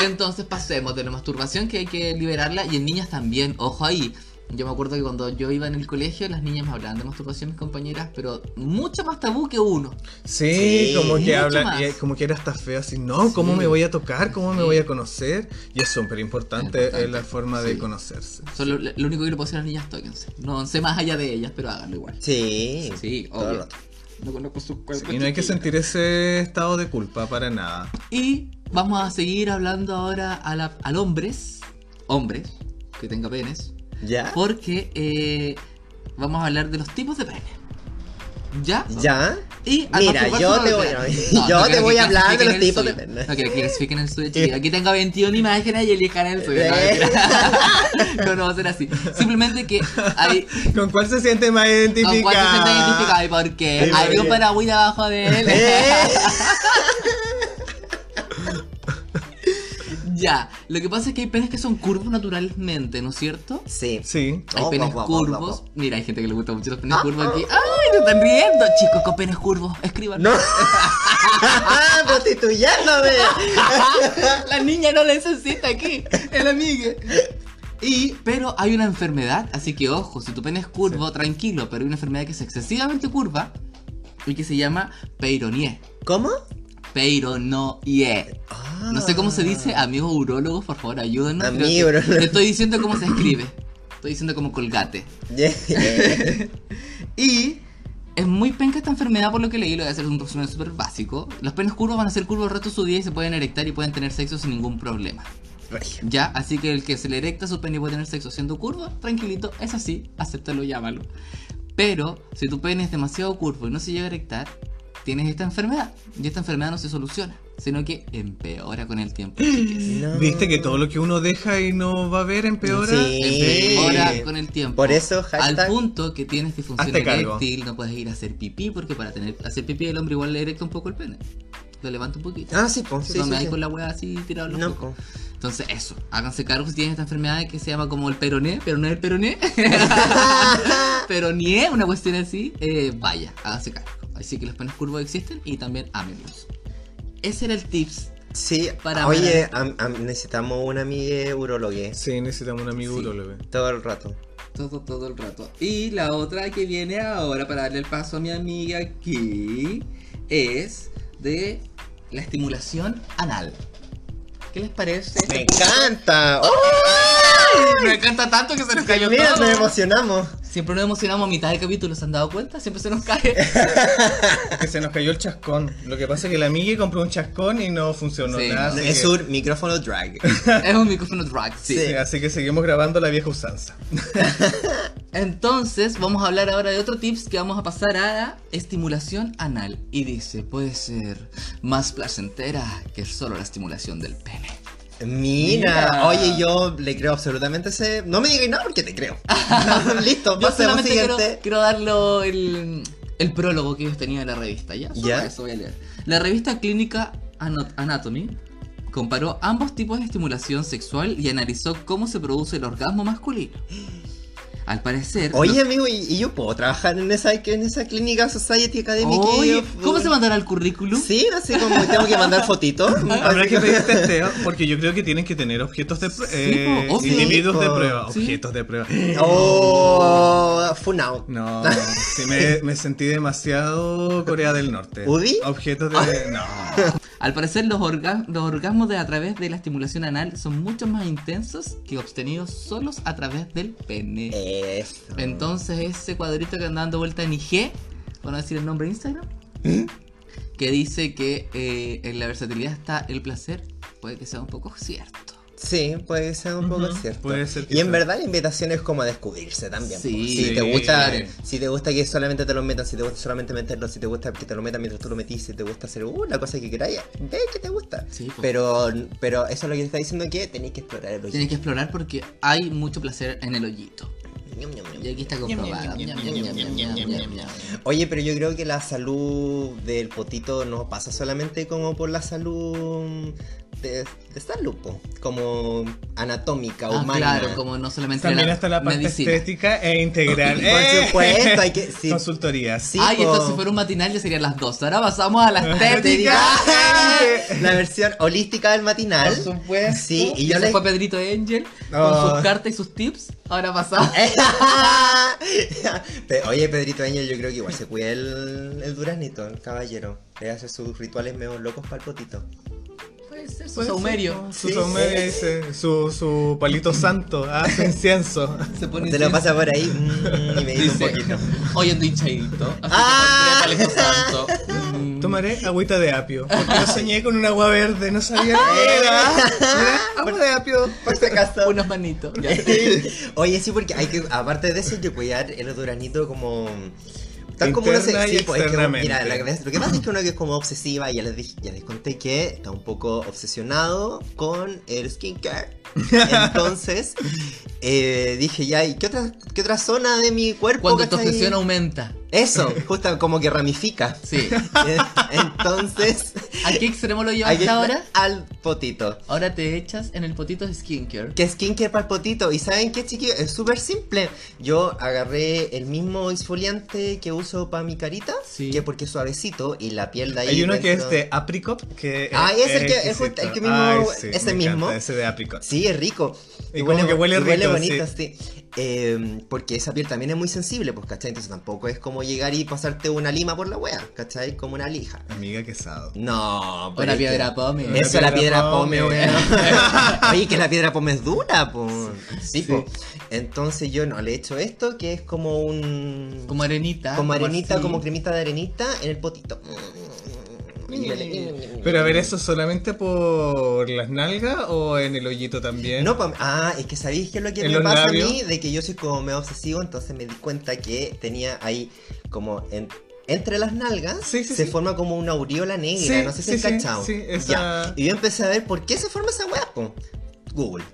Entonces pasemos de la masturbación que hay que liberarla y en niñas también, ojo ahí. Yo me acuerdo que cuando yo iba en el colegio las niñas me hablaban de masturbación mis compañeras, pero mucho más tabú que uno.
Sí,
Sí,
como que
mucho
habla,
más.
y como que era hasta feo, así, no, ¿cómo
Sí.
me voy a tocar? ¿Cómo me
Sí.
voy a conocer? Y es súper importante
Importante,
eh, la forma de
sí.
conocerse.
Solo lo lo único que le puedo decir a las niñas, tóquense. No sé más allá de ellas, pero háganlo igual.
Sí.
Sí,
todo el
obvio.
rato.
No conozco su cuerpo.
Y no hay que
chiquillo.
sentir ese estado de culpa para nada.
Y vamos a seguir hablando ahora a la- al hombres, hombres que tenga penes,
¿Ya?
porque eh, vamos a hablar de los tipos de pene. ¿Ya?
¿Ya?
Y al
Mira,
masturbarse
yo
no
te
lo
voy-
crean.
yo te
quiero
voy
que
a hablar de los
clasifiquen el
tipos de
suyo.
pene.
No quiero que clasifiquen el suyo, chiquillos. Aquí tengo 21 imágenes y elijan el suyo. No,
Eh.
mentira. no, no va a ser así. Simplemente que hay...
¿Con cuál se siente más
Con cuatro se está
identificada?
identificado y por qué.
Sí,
Hay
porque-
un paraguas abajo de él.
¡Eh!
Ya, lo que pasa es que hay penes que son curvos naturalmente, ¿no es cierto?
Sí.
Sí.
Hay
Oh,
penes
guau, guau, guau,
curvos.
guau. Ah,
Mira, hay gente que le gusta mucho los penes curvos aquí. ¡Ay, se están riendo! Chicos, con penes curvos, escriban.
¡No! ¡Prostituyéndome!
La niña no necesita aquí, el amigue. Y, pero hay una enfermedad, así que ojo, si tu pene es curvo, tranquilo, pero hay una enfermedad que es excesivamente curva y que se llama Peyronie.
¿Cómo?
Peyronie.
Ah.
No sé cómo se dice, amigos urólogos, por favor, ayúdenos. creo
Amigo
que-
urólogo.
Te estoy diciendo cómo se escribe. Estoy diciendo como colgate.
Yeah.
Y es muy penca esta enfermedad por lo que leí, lo voy a hacer un resumen súper básico. Los penes curvos van a ser curvos el resto de su día y se pueden erectar y pueden tener sexo sin ningún problema.
Regio.
Ya, así que el que se le erecta su pene y puede tener sexo siendo curvo, tranquilito, es así, acéptalo, llámalo. Pero si tu pene es demasiado curvo y no se llega a erectar, tienes esta enfermedad. Y esta enfermedad no se soluciona, sino que empeora con el tiempo. chiques.
No.
¿Viste que todo lo que uno deja y no va a ver empeora?
Sí.
Empeora con el tiempo.
Por eso,
Al
hashtag.
punto que tienes disfunción
Hazte cargo.
eréctil, no puedes ir a hacer pipí, porque para tener hacer pipí el hombre igual le erecta un poco el pene. Lo levanta un poquito.
Ah, sí, pues. Sí,
no
sí,
me
sí.
hay con la wea así tirado los
No,
cocos.
po.
Entonces, eso, háganse cargo si tienen esta enfermedad que se llama como el peroné, pero no es el peroné. peroné, una cuestión así. eh, vaya, háganse cargo. Así que los penes curvos existen y también ámenlos. Ese era el tips.
Sí,
Para
oye, am- am- necesitamos un amigo urologue
Sí, necesitamos un amigo
Sí.
urólogo.
todo el rato.
Todo, todo el rato. Y la otra que viene ahora para darle el paso a mi amiga aquí es de la estimulación anal. ¿Qué les parece?
¡Me encanta! ¡Oh!
Me encanta tanto que se nos cayó
Mira,
todo.
nos emocionamos.
Siempre nos emocionamos a mitad del capítulo, ¿se han dado cuenta? Siempre se nos cae.
Que se nos cayó el chascón. Lo que pasa es que la Migi compró un chascón y no funcionó
Sí,
nada.
no,
así
Es
que-
un micrófono drag.
es un micrófono drag, sí.
Sí, así que seguimos grabando la vieja usanza.
Entonces, vamos a hablar ahora de otro tips que vamos a pasar a la estimulación anal. Y dice, puede ser más placentera que solo la estimulación del pene.
Mira,
Mira.
oye, yo le creo absolutamente ese. No me digas nada porque te creo. Listo,
Yo
pasemos
solamente quiero,
siguiente.
quiero darlo el, el prólogo que ellos tenían de la revista, ¿ya? Solo
Ya.
eso voy a leer. La revista clínica Ano- Anatomy comparó ambos tipos de estimulación sexual y analizó cómo se produce el orgasmo masculino. Al parecer...
Oye, amigo, ¿y, y yo puedo trabajar en esa, en esa clínica Society Academic?
Oye,
Y-
¿cómo se mandará el currículum?
Sí, no sé cómo tengo que mandar fotitos.
Habrá que pedir testeo porque yo creo que tienen que tener objetos de prueba.
po, obvio.
individuos
Sí,
de
po.
prueba.
Sí.
Objetos de prueba.
Oh, funao.
No, sí, me, me sentí demasiado Corea del Norte.
¿Udi?
Objetos de. No.
Al parecer los, orga- los orgasmos de a través de la estimulación anal son mucho más intensos que obtenidos solos a través del pene.
Eso.
Entonces ese cuadrito que anda dando vuelta en IG, van a decir el nombre de Instagram, que dice que eh, en la versatilidad está el placer, puede que sea un poco cierto.
Sí, puede que sea un poco
Ujú,
cierto.
puede ser que
y en
sea.
verdad la invitación es como a descubrirse también. po.
Sí.
si te gusta,
Sí.
si te gusta que solamente te lo metan, si te gusta solamente meterlo, si te gusta que te lo metan mientras tú lo metís, si te gusta hacer uh, una cosa que queráis, ve que te gusta.
Sí, po.
pero, pero eso es lo que te está diciendo que tenéis que explorar el hoyito.
Tienes que explorar porque hay mucho placer en el hoyito.
Ñam, ñam, ñam.
Y aquí está comprobado. Ah, Ñam, ñam, ñam, ñam, ñam, ñam, ñam.
Oye, pero yo creo que la salud del potito no pasa solamente como por la salud de, de salud, po, como anatómica,
Ah,
humana.
claro, como no solamente
También hasta la parte
medicina.
estética e integral.
Por
¡Eh!
supuesto, hay que- sí.
Consultorías.
Sí,
Ay,
po.
esto si fuera un matinal ya serían las dos. Ahora pasamos a las estética.
La versión holística del matinal.
Por supuesto.
Sí, y
Y
yo
ya
les...
fue Pedrito Angel
Oh.
con sus cartas y sus tips. Ahora pasamos.
Pe- Oye, Pedrito Ángel, yo creo que igual se cuida el, el duranito, el caballero. Le hace sus rituales medio locos para el potito.
Puede ser su
Puede
saumerio.
ser, Su
Sí,
saumerio
sí.
dice, su, su palito santo, ah, su incienso.
Se pone
Te lo
incienso.
pasa por ahí mm, y me dice un
Dice,
poquito.
hoy ando hinchadito. Así
Ah.
que pondré palito santo. Mm.
Tomaré agüita de apio. Porque yo soñé con un agua verde, no sabía qué era. Mira, agua de apio.
Por si acaso.
Unos manitos. ya.
Oye, sí, porque hay que, aparte de eso, hay que cuidar el duranito como. Tal como uno se.
Interna y
sí, pues, es que,
externamente.
mira, la verdad- lo que pasa es que uno que es como obsesiva, ya les, dije, ya les conté que está un poco obsesionado con el skincare. Entonces, eh, dije ya, ¿y qué otra, qué otra zona de mi cuerpo?
Cuando tu
cachai?
obsesión aumenta.
Eso, justo como que ramifica.
Sí.
Entonces,
¿A qué extremo lo
hay
llevaste
que-
ahora?
Al potito.
Ahora te echas en el potito de skincare.
Que skincare para el potito. ¿Y saben qué, chiquillos? Es súper simple. Yo agarré el mismo exfoliante que uso para mi carita,
Sí.
que porque es suavecito y la piel de ahí.
Hay uno que es
dentro-
de apricot. Que
Ah, ese que- es
exquisito.
el que mismo-
sí,
ese
me encanta,
mismo.
ese de apricot.
Sí, es rico.
Y como que huele
y Huele
rico,
bonito, sí. Eh, porque esa piel también es muy sensible, pues, ¿cachai? Entonces tampoco es como llegar y pasarte una lima por la wea, ¿cachai? Como una lija.
Amiga quesado.
No, pero
Una
es que-
piedra pome.
Una
Eso,
piedra
la piedra
pome.
pome, weón. Oye, que la piedra pome es dura, po. Sí, po. Entonces yo no, le he hecho esto, que es como un...
Como arenita.
como arenita,
así.
como cremita de arenita en el potito.
Mm.
Mm.
Pero a ver, ¿eso solamente por las nalgas o en el hoyito también?
No, pa- ah, es que sabéis que es lo que
¿eh? ¿En
me
los
pasa
labios?
a mí, de que yo soy como medio obsesivo, entonces me di cuenta que tenía ahí como en- entre las nalgas
Sí, sí,
se
sí.
forma como una aureola negra,
Sí,
no sé
sí,
si
sí,
han cachado.
sí, esa-
Ya. Y yo empecé a ver por qué se forma esa weá, po. Google.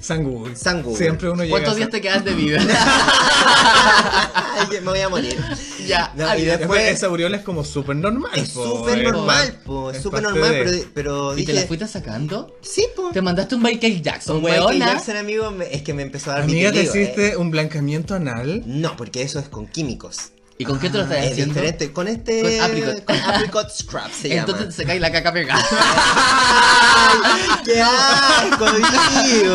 Sangul.
Sangul.
Siempre uno llega.
¿Cuántos
a-
días te quedas de vida?
Ay, me voy a morir.
ya.
No, y
adiós.
Después,
después-
esa aureola es como súper normal.
Es
po,
súper
eh.
normal, po.
es
Es súper
parte
normal,
de-
pero, pero
¿Y te la
dije.
fuiste sacando?
Sí, po.
Te mandaste un Michael Jackson,
Un Michael
weona.
Jackson, amigo, me- es que me empezó a dar
Amiga, ¿te
vitiligo, eh.
hiciste un blancamiento anal?
No, porque eso es con químicos.
¿Y con qué te lo estás
Ah, Es
haciendo?
diferente. Con este.
Con apricot.
con apricot scrub se
Entonces te se cae la caca pegada.
llama. ¡Qué asco, tío!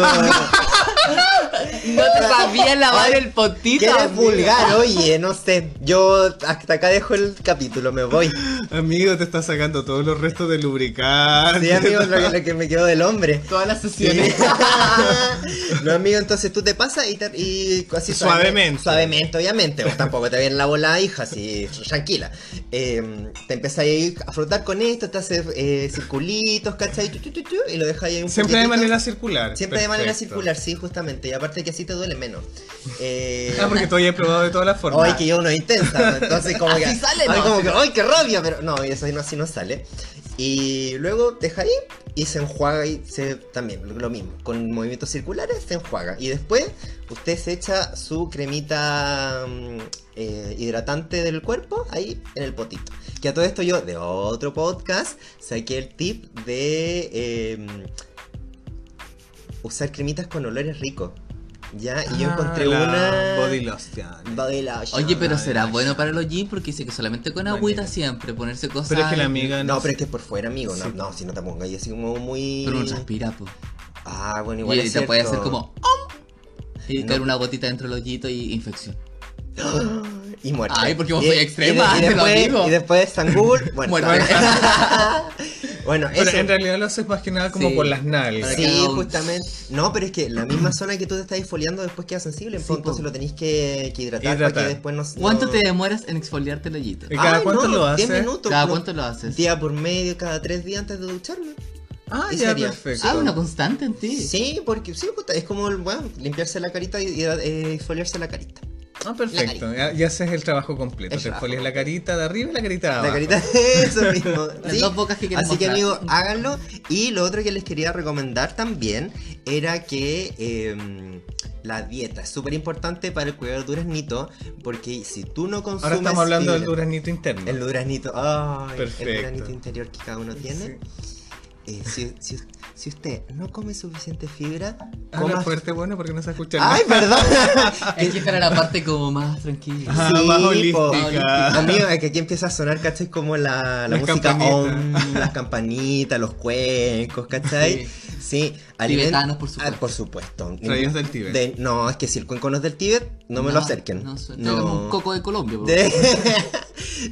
no te sabía lavar el potito.
Que eres
amigo.
vulgar, oye, no sé. Yo hasta acá dejo el capítulo, me voy.
Amigo, te estás sacando todos los restos de lubricante.
Sí, amigo, es lo que- lo que me quedó del hombre.
Todas las
Sí.
sesiones.
no, amigo, entonces tú te pasas y, te- y así
Suavemente.
Suavemente, obviamente. vos tampoco te viene la bola, hija, así, tranquila. Eh, te empezás a, ir a frotar con esto, te haces eh, circulitos, ¿cachai? Tu, tu, tu, tu, y lo dejas ahí un
Siempre de
poquitito.
manera circular.
Siempre de manera
Perfecto.
circular, sí, justamente. Y aparte que así te duele menos. Eh,
Ah, porque tú ya has probado de todas las formas.
Ay, que yo uno es intensa, ¿no? entonces como que...
Así sale,
ay,
¿no?
como que, ay, qué rabia, pero no, eso no, así no sale. Y luego deja ahí y se enjuaga y se, también, lo- lo mismo, con movimientos circulares se enjuaga. Y después usted se echa su cremita mm, eh, hidratante del cuerpo ahí en el potito. Que a todo esto yo, de otro podcast, saqué el tip de eh, usar cremitas con olores ricos. Ya, y yo
Ah,
encontré
la
una...
Body Lotion.
Body lotion.
Oye, pero será
Ay,
bueno para los jeans porque dice que solamente con
Bueno.
agüita siempre ponerse cosas.
Pero es que la amiga no.
No, pero es que por fuera, amigo. No,
Sí.
no si no te pongas ahí así como muy.
Pero uno respira, po.
Ah, bueno, igual.
Y
es
te puede
cierto.
hacer como. "Om", Y
No.
caer una gotita dentro del hoyito y infección.
Y muerte.
Ay, porque vos
Y-
sois
y de-
extrema,
y
te lo
después,
digo.
Y después San Google, muerta.
Muerta.
bueno,
Pero
eso.
en realidad lo haces más que nada como
Sí.
por las nalgas.
Para
Sí,
que haga un-
justamente. No, pero es que la misma zona que tú te estás exfoliando después queda sensible,
Sí,
pues,
po.
entonces lo tenéis que, que hidratar, para
Hidratar.
que después no se-
¿Cuánto
no-
te demoras en exfoliarte el hoyito?
¿Y cada
Ay,
cuánto
no,
lo
10
haces?
minutos.
¿Cada
no,
cuánto lo haces?
Día por medio, cada tres días antes de ducharme.
Ah,
Ese
ya,
haría.
perfecto.
Ah, una constante en ti.
Sí, porque sí, puta, es como bueno, limpiarse la carita y, y, eh, exfoliarse la carita.
Ah, perfecto. Ya, ya haces el trabajo completo.
El
Te
trabajo.
folias la carita de arriba y la carita de abajo.
La carita eso mismo.
Las
sí.
dos bocas que queremos
Así que
mostrar.
amigos, háganlo. Y lo otro que les quería recomendar también era que eh, la dieta es súper importante para el cuidado del duraznito, porque si tú no consumes...
Ahora estamos hablando del
fibra-
duraznito interno.
El duraznito, ay, el
Perfecto.
duraznito interior que cada uno tiene. Eh, si, si- si usted no come suficiente fibra,
Habla
coma...
fuerte, bueno, porque no se escucha nada.
Ay, perdón.
Hay que estar a la parte como más tranquila.
Ah,
sí,
más
po.
holística.
Amigo, es que aquí empieza a sonar, ¿cachai? Como la, la
Las
música
campanitas.
om, las campanitas, los cuencos, ¿cachai? Sí, aliment-
Tibetanos, por supuesto.
Ah, por supuesto.
Traídos del Tíbet.
De- no, es que si el cuenco no es del Tíbet, no, me lo acerquen.
No, suena
No.
como un coco de Colombia. po.
De-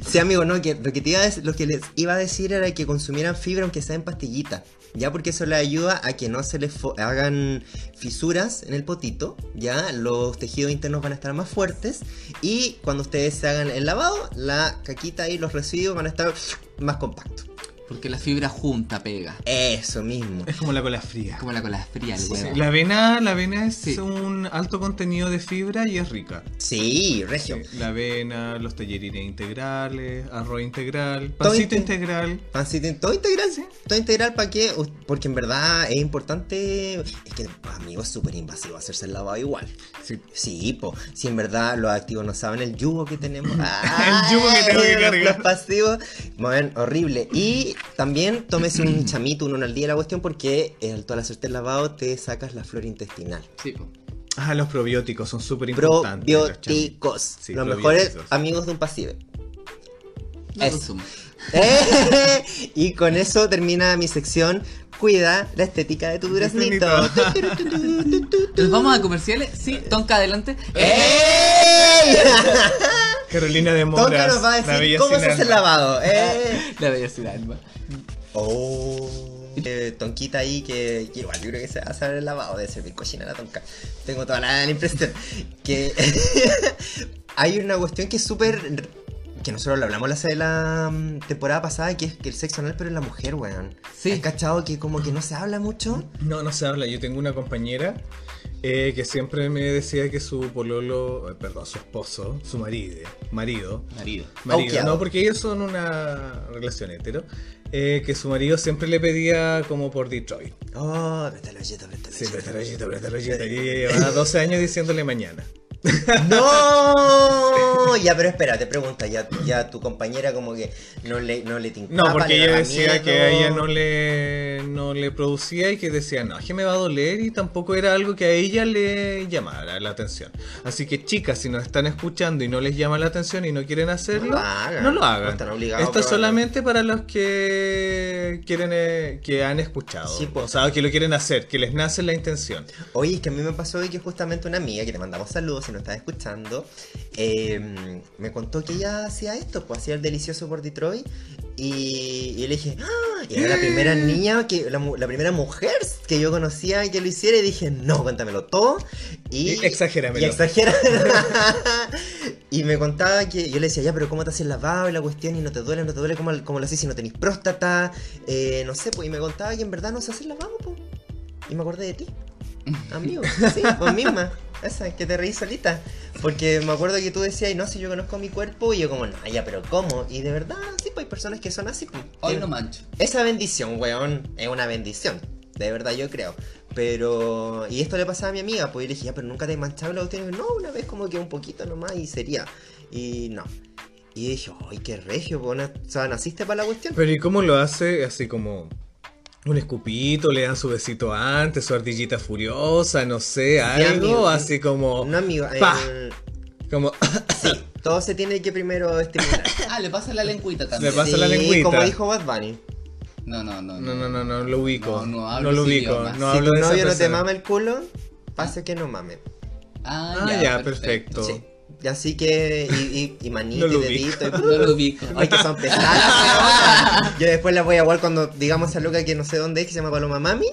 sí, amigo, no, que lo que, te iba a dec- lo que les iba a decir era que consumieran fibra aunque sea en pastillita. Ya porque eso le ayuda a que no se les fo- hagan fisuras en el potito, ya los tejidos internos van a estar más fuertes y cuando ustedes se hagan el lavado, la caquita y los residuos van a estar más compactos.
Porque la fibra junta pega.
Eso mismo.
Es como la cola fría.
Como la cola fría, el
Sí,
huevo.
La avena, la avena es
Sí.
un alto contenido de fibra y es rica.
Sí, regio.
La avena, los tallerines integrales, arroz integral,
Todo
pancito
inte-
integral.
Pancito, todo integral, sí. Todo integral para qué? Us- porque en verdad es importante. Es que, amigo, es súper invasivo hacerse el lavado igual.
Sí.
Sí, po. Si en verdad los activos no saben el yugo que tenemos.
El yugo que tengo que
Ay,
cargar.
Los pasivos. Bueno, horrible. Y también tomes un chamito, uno al día la cuestión, porque eh, al- al hacerte el lavado te sacas la flora intestinal.
Sí, po.
Ah, los probióticos son súper importantes. los chami.
Probióticos.
Sí,
los
probióticos.
mejores amigos de un pasive.
La
Eso.
consumo.
Eh, y con eso termina mi sección. Cuida la estética de tu duraznito.
¿Nos vamos a comerciales? Sí, Tonka, adelante. Eh.
¡Ey!
Carolina de Moras.
Tonka nos va a
la
decir
bella
cómo
sin
se hace el
alma.
lavado. ¡Eh!
La bella sin alma.
Oh. Eh, tonquita ahí que, que igual yo creo que se va a saber el lavado de servir cochina a la tonca. Tengo toda la, la impresión que hay una cuestión que es súper... Que nosotros lo hablamos la, la mm, temporada pasada, que es que el sexo anal, pero en la mujer, weón.
Sí.
¿Has cachado que como que no se habla mucho?
No, no se habla. Yo tengo una compañera eh, que siempre me decía que su pololo, eh, perdón, su esposo, su marido, marido,
Marido.
marido,
Auqueado.
no, porque ellos son una relación hetero, eh, que su marido siempre le pedía como por Detroit.
Oh, apretalo, yeto, apretalo,
Sí,
yeto.
pero tarallita, pero tarallita, y ella llevaba 12 años diciéndole mañana.
¡No! Ya, pero espérate, pregunta. Ya, ya tu compañera como que no le, no le tincaba,
No, porque
le
ella
daba
decía que
miedo.
a ella no le, no le producía y que decía, no, es que me va a doler y tampoco era algo que a ella le llamara la atención. Así que chicas, si nos están escuchando y no les llama la atención y no quieren hacerlo,
No lo hagan.
no lo
No
hagan.
están obligados,
Esto es
pero háganlo.
solamente para los que quieren eh, que han escuchado,
Sí, pues. po.
o sea, que lo quieren hacer, que les nace la intención.
Oye, es que a mí me pasó hoy que justamente una amiga que te mandamos saludos si nos estás escuchando, eh, me contó que ella hacía esto, pues hacía el delicioso por Detroit y, y le dije, ¡Ah! Y era la primera niña, que, la, mu- la primera mujer que yo conocía que lo hiciera y dije, no, cuéntamelo todo y...
Y exagéramelo.
Y exagera. y me contaba que yo le decía, ya, pero ¿cómo te haces el lavado y la cuestión y no te duele, no te duele, ¿cómo, cómo lo haces si no tenés próstata? Eh, no sé, pues, y me contaba que en verdad no se hace el lavado, pues. Y me acordé de ti. Amigo, sí, vos misma. Esa, que te reí solita. Porque me acuerdo que tú decías, no, si yo conozco mi cuerpo, y yo como, no, ya, pero ¿cómo? Y de verdad, sí, pues hay personas que son así. pues.
Hoy
Tienen-
no mancho.
Esa bendición, weón, es una bendición. De verdad, yo creo. Pero... Y esto le pasaba a mi amiga, pues yo le dije, ya, pero nunca te he manchado la cuestión. Y yo, No, una vez como que un poquito nomás y sería. Y no. Y dije, ay, qué regio, pues, na- o sea, naciste para la cuestión.
Pero ¿y cómo lo hace? Así como un escupito, le dan su besito antes, su ardillita furiosa, no sé,
amigo.
algo así como...
No, amigo,
Pa.
eh,
como
sí, todo se tiene que primero estimular.
Ah, le pasa la lengüita también.
Le pasa- la
Sí,
lengüita.
como dijo Bad Bunny.
No, no, no.
no, no, no, no lo ubico.
No, no
No,
hablo
lo
ese
ubico.
idioma.
No
si
hablo
tu
de esa
novio no te
persona. Mm.
mama el culo, pase que no mame.
Ah,
Ah,
ya,
ya,
perfecto.
perfecto.
Sí. Y así que. Y, y, y manito
No lo
y
ubico.
dedito. y-
No lo ubico.
Ay, que son pesadas. las weonas. Yo después las voy a igual cuando digamos a Luca que no sé dónde es, que se llama Paloma Mami.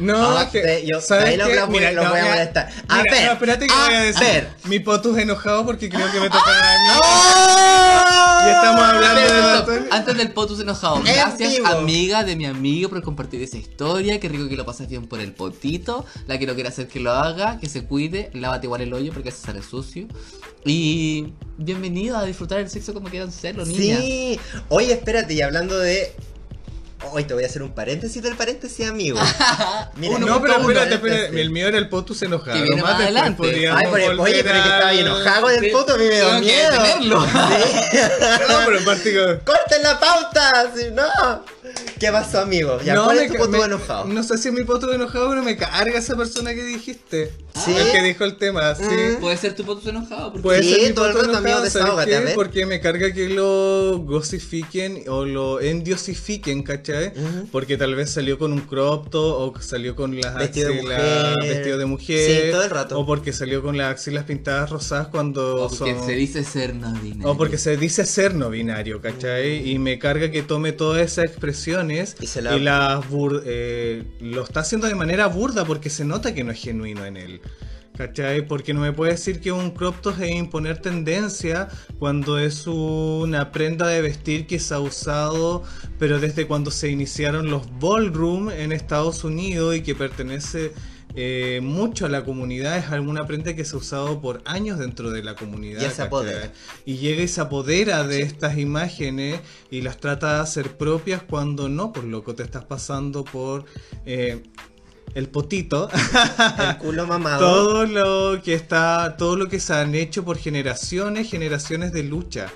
No,
Ah,
que,
sí, yo-
¿sabes
ahí lo-
qué?
lo- lo
no,
voy a
mira,
molestar. A
mira,
ver, Ah,
no, espérate que
a
voy a decir.
ver. ah,
Mi potus enojado porque creo que me toca a mí. Y estamos hablando de
Antes,
la
stop. Ah, Antes del potus enojado.
En
Gracias,
vivo.
amiga de mi amigo, por compartir esa historia. Qué rico que lo pases bien por el potito. La que no quiera hacer que lo haga, que se cuide. Lávate igual el hoyo porque se sale sucio. Y bienvenido a disfrutar el sexo como quieran serlo, niña.
Sí. Oye, espérate, y hablando de. Hoy te voy a hacer un paréntesis del paréntesis, amigo. Mira,
Uno
No, pero
un
espérate, espérate.
paréntesis.
El mío era el potus enojado.
Que viene
Más
más
después
adelante.
podríamos
Ay, pero- oye,
volver
pero que estaba
al-
bien enojado del
Sí.
puto, a mí me dio
Tengo que
miedo.
detenerlo.
Sí.
No, pero en parte que-
¡Corten la pauta! Si no. ¿Qué pasó, amigo? Ya, ¿cuál es tu
ca-
punto
me-
enojado?
No sé si es mi poto enojado, pero me carga esa persona que dijiste.
¿Sí?
El que dijo el tema, sí.
Mm.
Puede ser tu potus enojado. porque-
Puede
Sí,
ser mi
todo el
poto
rato, amigo,
enojado, ¿sabes
desahógate,
qué?
a ver.
Porque me carga que lo gosifiquen o lo endiosifiquen, ¿cachai?
Ujú.
Porque tal vez salió con un crop top o salió con las
Vestido de
axilas
mujer.
vestido de mujer.
Sí, todo el rato.
O porque salió con las axilas pintadas rosadas cuando
O porque
son-
se dice ser no binario.
O porque se dice ser no binario, ¿cachai? Y me carga que tome todas esas expresiones
Y
y,
se la-
las bur- eh, lo está haciendo de manera burda porque se nota que no es genuino en él. ¿Cachai? Porque no me puede decir que un crop top es imponer tendencia cuando es una prenda de vestir que se ha usado, pero desde cuando se iniciaron los ballroom en Estados Unidos y que pertenece eh, mucho a la comunidad, es alguna prenda que se ha usado por años dentro de la comunidad.
Ya se
¿cachai?
apodera.
Y llega y se apodera de estas imágenes y las trata de hacer propias cuando no, por loco, te estás pasando por eh, el potito.
El culo mamado.
todo lo que está, todo lo que se han hecho por generaciones, generaciones de lucha.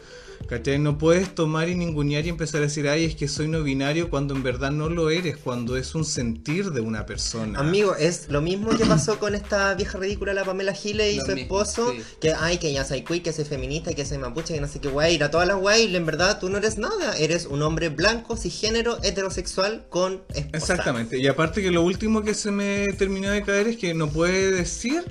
¿Cachai? No puedes tomar y ningunear y empezar a decir, ay, es que soy no binario cuando en verdad no lo eres, cuando es un sentir de una persona.
Amigo, es lo mismo que pasó con esta vieja ridícula, la Pamela Giles y
Lo
su
mismo,
esposo.
sí.
Que, ay, que ya soy queer, que soy feminista, que soy mapuche, que no sé qué guay. Ir a todas las guay, en verdad tú no eres nada. Eres un hombre blanco, cisgénero, heterosexual, con esposa.
Exactamente. Y aparte que lo último que se me terminó de caer es que no puede decir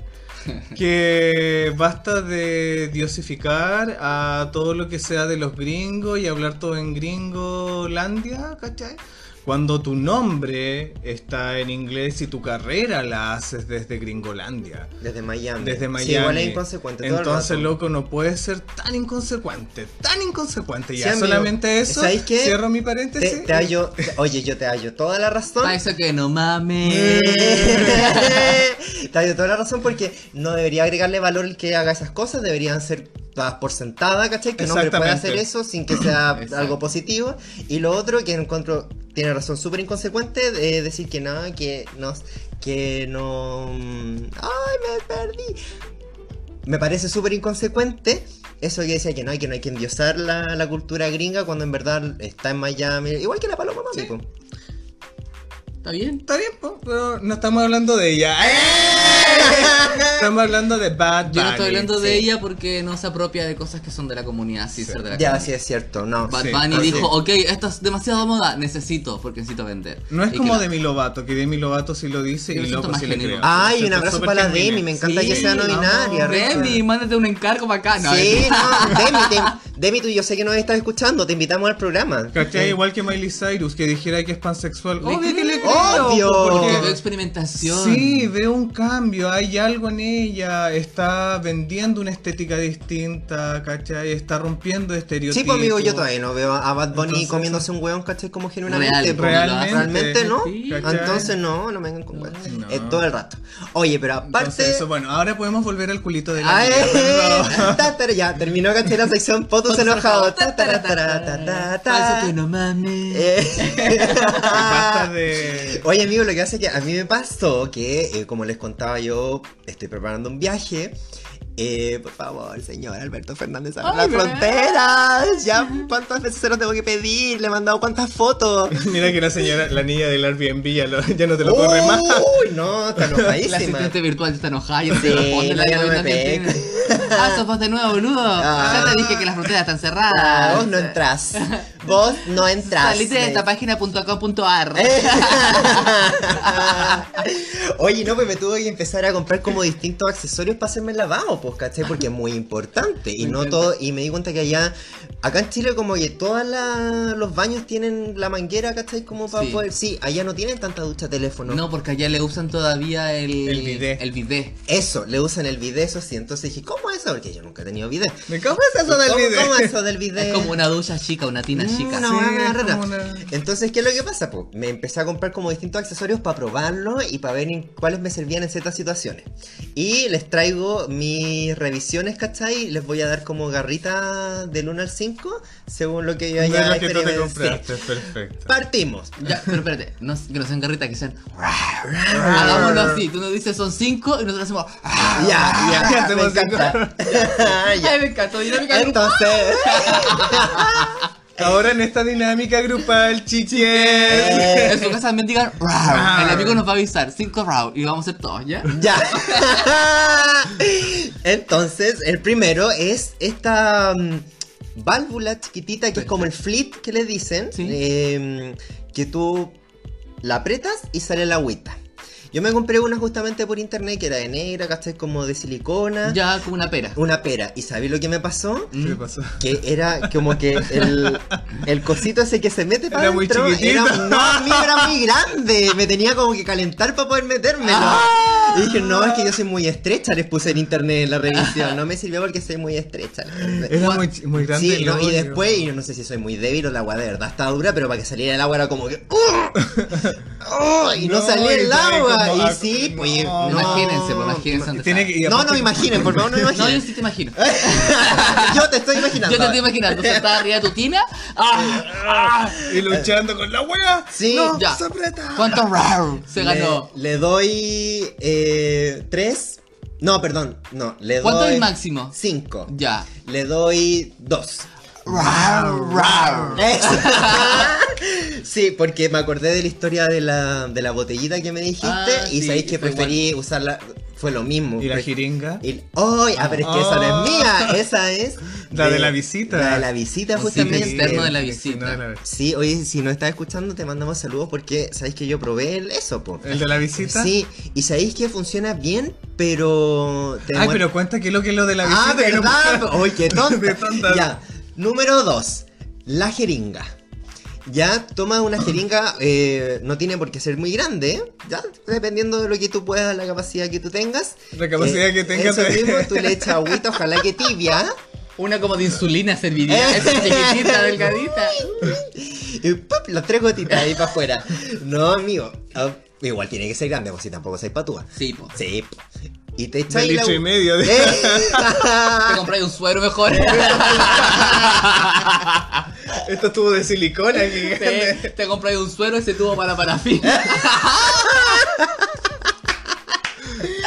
que basta de diosificar a todo lo que sea de los gringos y hablar todo en gringolandia, ¿cachai? Cuando tu nombre está en inglés y tu carrera la haces desde gringolandia.
Desde Miami.
Desde Miami.
Sí, igual es inconsecuente. todo el
Entonces,
rato.
loco, no puede ser tan inconsecuente, tan inconsecuente.
Sí,
Ya,
amigo.
solamente eso.
¿Sabes qué?
Cierro mi
Te,
paréntesis.
te hallo- te- oye, yo te hallo toda la razón.
Pa' eso que no mames.
Eh.
te hallo toda la razón porque no debería agregarle valor el que haga esas cosas, deberían ser dadas por sentada, ¿cachai? Que un hombre pueda
Exactamente.
hacer eso sin que sea
Exacto.
algo positivo. Y lo otro que encuentro, tiene razón súper inconsecuente, de decir que nada, que nos. que no. mm, ¡Ay, me perdí! Me parece súper inconsecuente eso que decía que no hay que no hay que endiosar la, la cultura gringa cuando en verdad está en Miami. Igual que la paloma, mami.
Sí.
po.
¿Está bien?
Está bien, po, pero no estamos hablando de ella. ¡Eh! Estamos hablando de Bad Bunny.
Yo no estoy hablando de
sí.
ella porque no se apropia de cosas que son de la comunidad, sí,
Sí.
ser de la
Ya,
comunidad.
sí es cierto, no.
Bad
Sí,
Bunny
así.
dijo, ok, esto es demasiado moda, necesito, porque necesito vender.
No es
Y
como
claro,
Demi Lovato, que Demi Lovato sí lo dice y
Yo lo siento
loco
más
sí le
genuino.
creo.
Ay,
Lo
un
siento
abrazo
súper
para la
genuino.
Demi, me encanta
Sí,
que sea no
vamos.
binaria. Richard.
Demi, mándate un encargo bacán. Ah, No,
Sí, no, Demi, te- Demi, tú yo sé que nos estás escuchando, te invitamos al programa.
¿Cachai? Igual que Miley Cyrus, que dijera que es pansexual.
Le
Obvio que le
creo.
creo.
Obvio.
po,
Porque
porque-
veo experimentación.
Sí, veo un cambio, hay algo en ella, está vendiendo una estética distinta, ¿cachai? Está rompiendo estereotipos.
Sí, pues amigo, yo todavía no veo a Bad Bunny
Entonces-
comiéndose un hueón, ¿cachai? Como genuinamente.
Real,
po.
Realmente.
Realmente no.
Sí.
¿cachai?
Entonces no, no me vengan con hueón.
No.
Es todo el rato. Oye, pero
Entonces,
aparte.
eso, bueno, ahora podemos volver al culito de la
Ay, eh.
niña, por favor.
ta, ta, ya, terminó ¿cachai? la sección Potos enojados. Ta, ta, ta, ta, ta, ta,
Pa'
ta.
eso que no mames.
Eh.
Basta de...
Oye, amigo, lo que hace que a mí me pasó que, eh, como les contaba yo, estoy preparando un viaje. Eh, por favor, señor Alberto Fernández, abra
Ay,
las
¿verdad?
fronteras. Ya, ¿cuántas veces se lo tengo que pedir? Le he mandado cuántas fotos.
Mira que la señora, la niña del Airbnb ya, lo- ya no te lo corre más.
Uy, no, está
La
enojadísima.
asistente virtual está enojada y no
Sí,
te responde la
no, ya no
llamada
me
que
pega.
tiene. Ah, sos vos de nuevo, boludo.
Ah.
Ya te dije que las fronteras están cerradas.
Ah, vos no entras. Vos no Ah, entras. Eh.
Salite de
me
esta página.com.ar.
Oye, no, pues me tuve que empezar a comprar como distintos accesorios para hacerme el lavado, pues, ¿cachai? Porque es muy importante. Y
Me
no
encanta.
todo, y me di cuenta que allá, acá en Chile como que todos los baños tienen la manguera, ¿cachai? Como para
Sí.
poder. Sí, allá no tienen tanta ducha teléfono.
No, porque allá le usan todavía el,
El bidet.
el bidet.
Eso, le usan el video, eso sí. Entonces dije, ¿cómo es eso? Porque yo nunca he tenido video.
¿Cómo es eso del
¿Cómo,
video?
cómo es eso del video?
Es como una ducha chica, una tina
Mm,
chica.
una hueá media
es
rara.
como una-
Entonces, ¿qué es lo que pasa? po? me empecé a comprar como distintos accesorios para probarlo y para ver en cuáles me servían en ciertas situaciones. Y les traigo mis revisiones, ¿cachai? Les voy a dar como garrita del 1 al 5, según lo que yo
No
haya
es lo que tú te
experimentado.
compraste,
Sí.
perfecto.
Partimos.
Ya, pero espérate, no, que no sean carritas, que sean.
Ah.
Hagámoslo así. Tú nos dices son cinco y nosotros hacemos.
Ya, ya,
Ya,
me
hacemos
encanta. Ah, Ya.
Ay, me encantó, dinámica de grupo.
Entonces,
Ahora en esta dinámica grupal, chichén.
eh, Ah.
En su casa también digan. "Rau". El amigo nos va a avisar. Cinco row y vamos a hacer todos, ¿ya?
Ya. Entonces, el primero es esta mm, válvula chiquitita que es como el flit que le dicen.
Sí.
eh, que tú la apretas y sale la agüita. Yo me compré una justamente por internet que era de negra, ¿cachai? Como de silicona.
Ya, como una pera.
Una pera. ¿Y sabéis lo que me pasó?
¿Qué pasó?
Que era como que el, el cosito ese que se mete para
Era muy
adentro
chiquitito.
era- no, a mí era muy grande. Me tenía como que calentar para poder metérmelo. Y dije, no, es que yo soy muy estrecha. Les puse en internet en la revisión. No me sirvió porque soy muy estrecha.
Era muy, ch- muy grande.
Sí,
el
no, y
hoyo.
después, y yo no sé si soy muy débil o la agua de verdad estaba dura, pero para que saliera el agua era como que. "¡Uh! ¡Oh! y no,
No,
salía
y
el
sale como
agua.
a-
Y sí,
no,
pues. no.
Imagínense, pues, imagínense dónde
Tiene
está.
que- y
No, no
aparte-
me imaginen, por favor, no me
No, yo
imaginen.
sí te imagino.
Yo te estoy imaginando.
Yo te estoy imaginando. Sentada arriba de tu tina. ¡Ah!
¡Ah! Y luchando con la wea.
Sí,
no,
ya.
Se aprieta.
¿Cuántos row se ganó?
Le, le doy. Eh, tres. No, perdón. No, le doy.
¿Cuánto es el máximo?
Cinco.
Ya.
Le doy dos.
Rau, rau.
sí, porque me acordé de la historia de la, de la botellita que me dijiste
Ah,
y
sí,
sabéis que
fue
preferí usarla. Fue lo mismo.
¿Y la
Pre-
jeringa?
y- ¡Ay! Ah, pero es que esa no es mía, esa es.
La de la visita.
La de la visita,
Sí,
justamente.
el externo de la
el
visita.
externo de la visita.
Sí, oye, si nos estás escuchando, te mandamos saludos porque sabéis que yo probé el- eso, po.
¿El de la visita?
Sí, y sabéis que funciona bien, pero. te
Ay,
demora-
pero cuenta que lo que es lo de la visita.
Ah,
que no-
¿verdad? Oye, qué
De
tonta.
tonta.
Ya, número 2. La jeringa. Ya, toma una jeringa, eh, no tiene por qué ser muy grande, ya, dependiendo de lo que tú puedas, la capacidad que tú tengas. Eh,
La capacidad que tengas
Eso
de-
mismo, tú le echas agüita, ojalá que tibia,
Una como de insulina
Eh.
serviría. Esa chiquitita, delgadita.
y ¡pup! las tres gotitas ahí para afuera. No, amigo, ah, igual tiene que ser grande, pues si tampoco sois patúa.
Sí, pues. po.
Sí, y te echas
De
ahí la
litro y
agü-
medio. de-
¡Eh!
Te compráis un suero mejor.
Esto estuvo de silicona. gigante.
te, te compráis un suero ese tubo para parafina.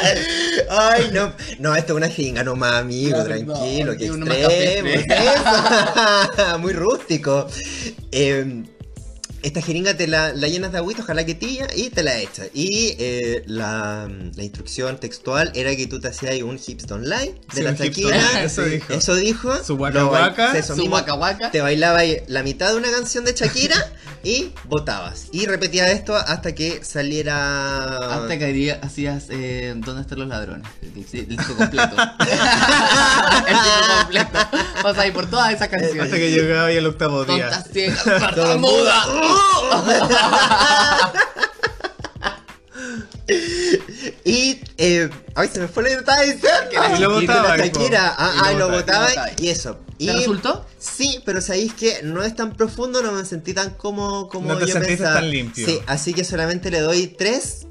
Eh, Ay, no. No, esto es una jeringa nomás, amigo.
Claro,
tranquilo,
no,
que
y uno más café
extremo. eso. Muy rústico. Eh, esta jeringa te la, la llenas de agüita, ojalá que tía, y te la echas. Y eh, la, la instrucción textual era que tú te hacías ahí un hips online de
Sí,
la
un hip
Shakira.
hop, Eso dijo.
Eso dijo.
Su
lo
waka
ba-
waka.
eso
Su
mismo,
waka waka.
Te bailaba ahí la mitad de una canción de Shakira y votabas. Y repetía esto hasta que saliera.
Hasta que haría- hacías eh, ¿Dónde están los ladrones? El, el disco completo. el disco completo. Vas a ir por todas
Eh,
esas canciones.
Hasta que llegaba ahí el octavo día.
Tontas ciegas, tartamuda.
Y, eh, ay, se me fue lo que estaba diciendo. Que la
Y lo
Shakira,
botaba,
la
hijo.
Shakira. Ah,
Y lo
ah, lo
botaba.
botaba
Ah. Lo botaba.
y eso. Y,
¿Te resultó?
Sí, pero sabéis que no es tan profundo, no me sentí tan como, como
No te
yo
sentiste
pensaba.
tan limpio.
Sí, así que solamente le doy tres.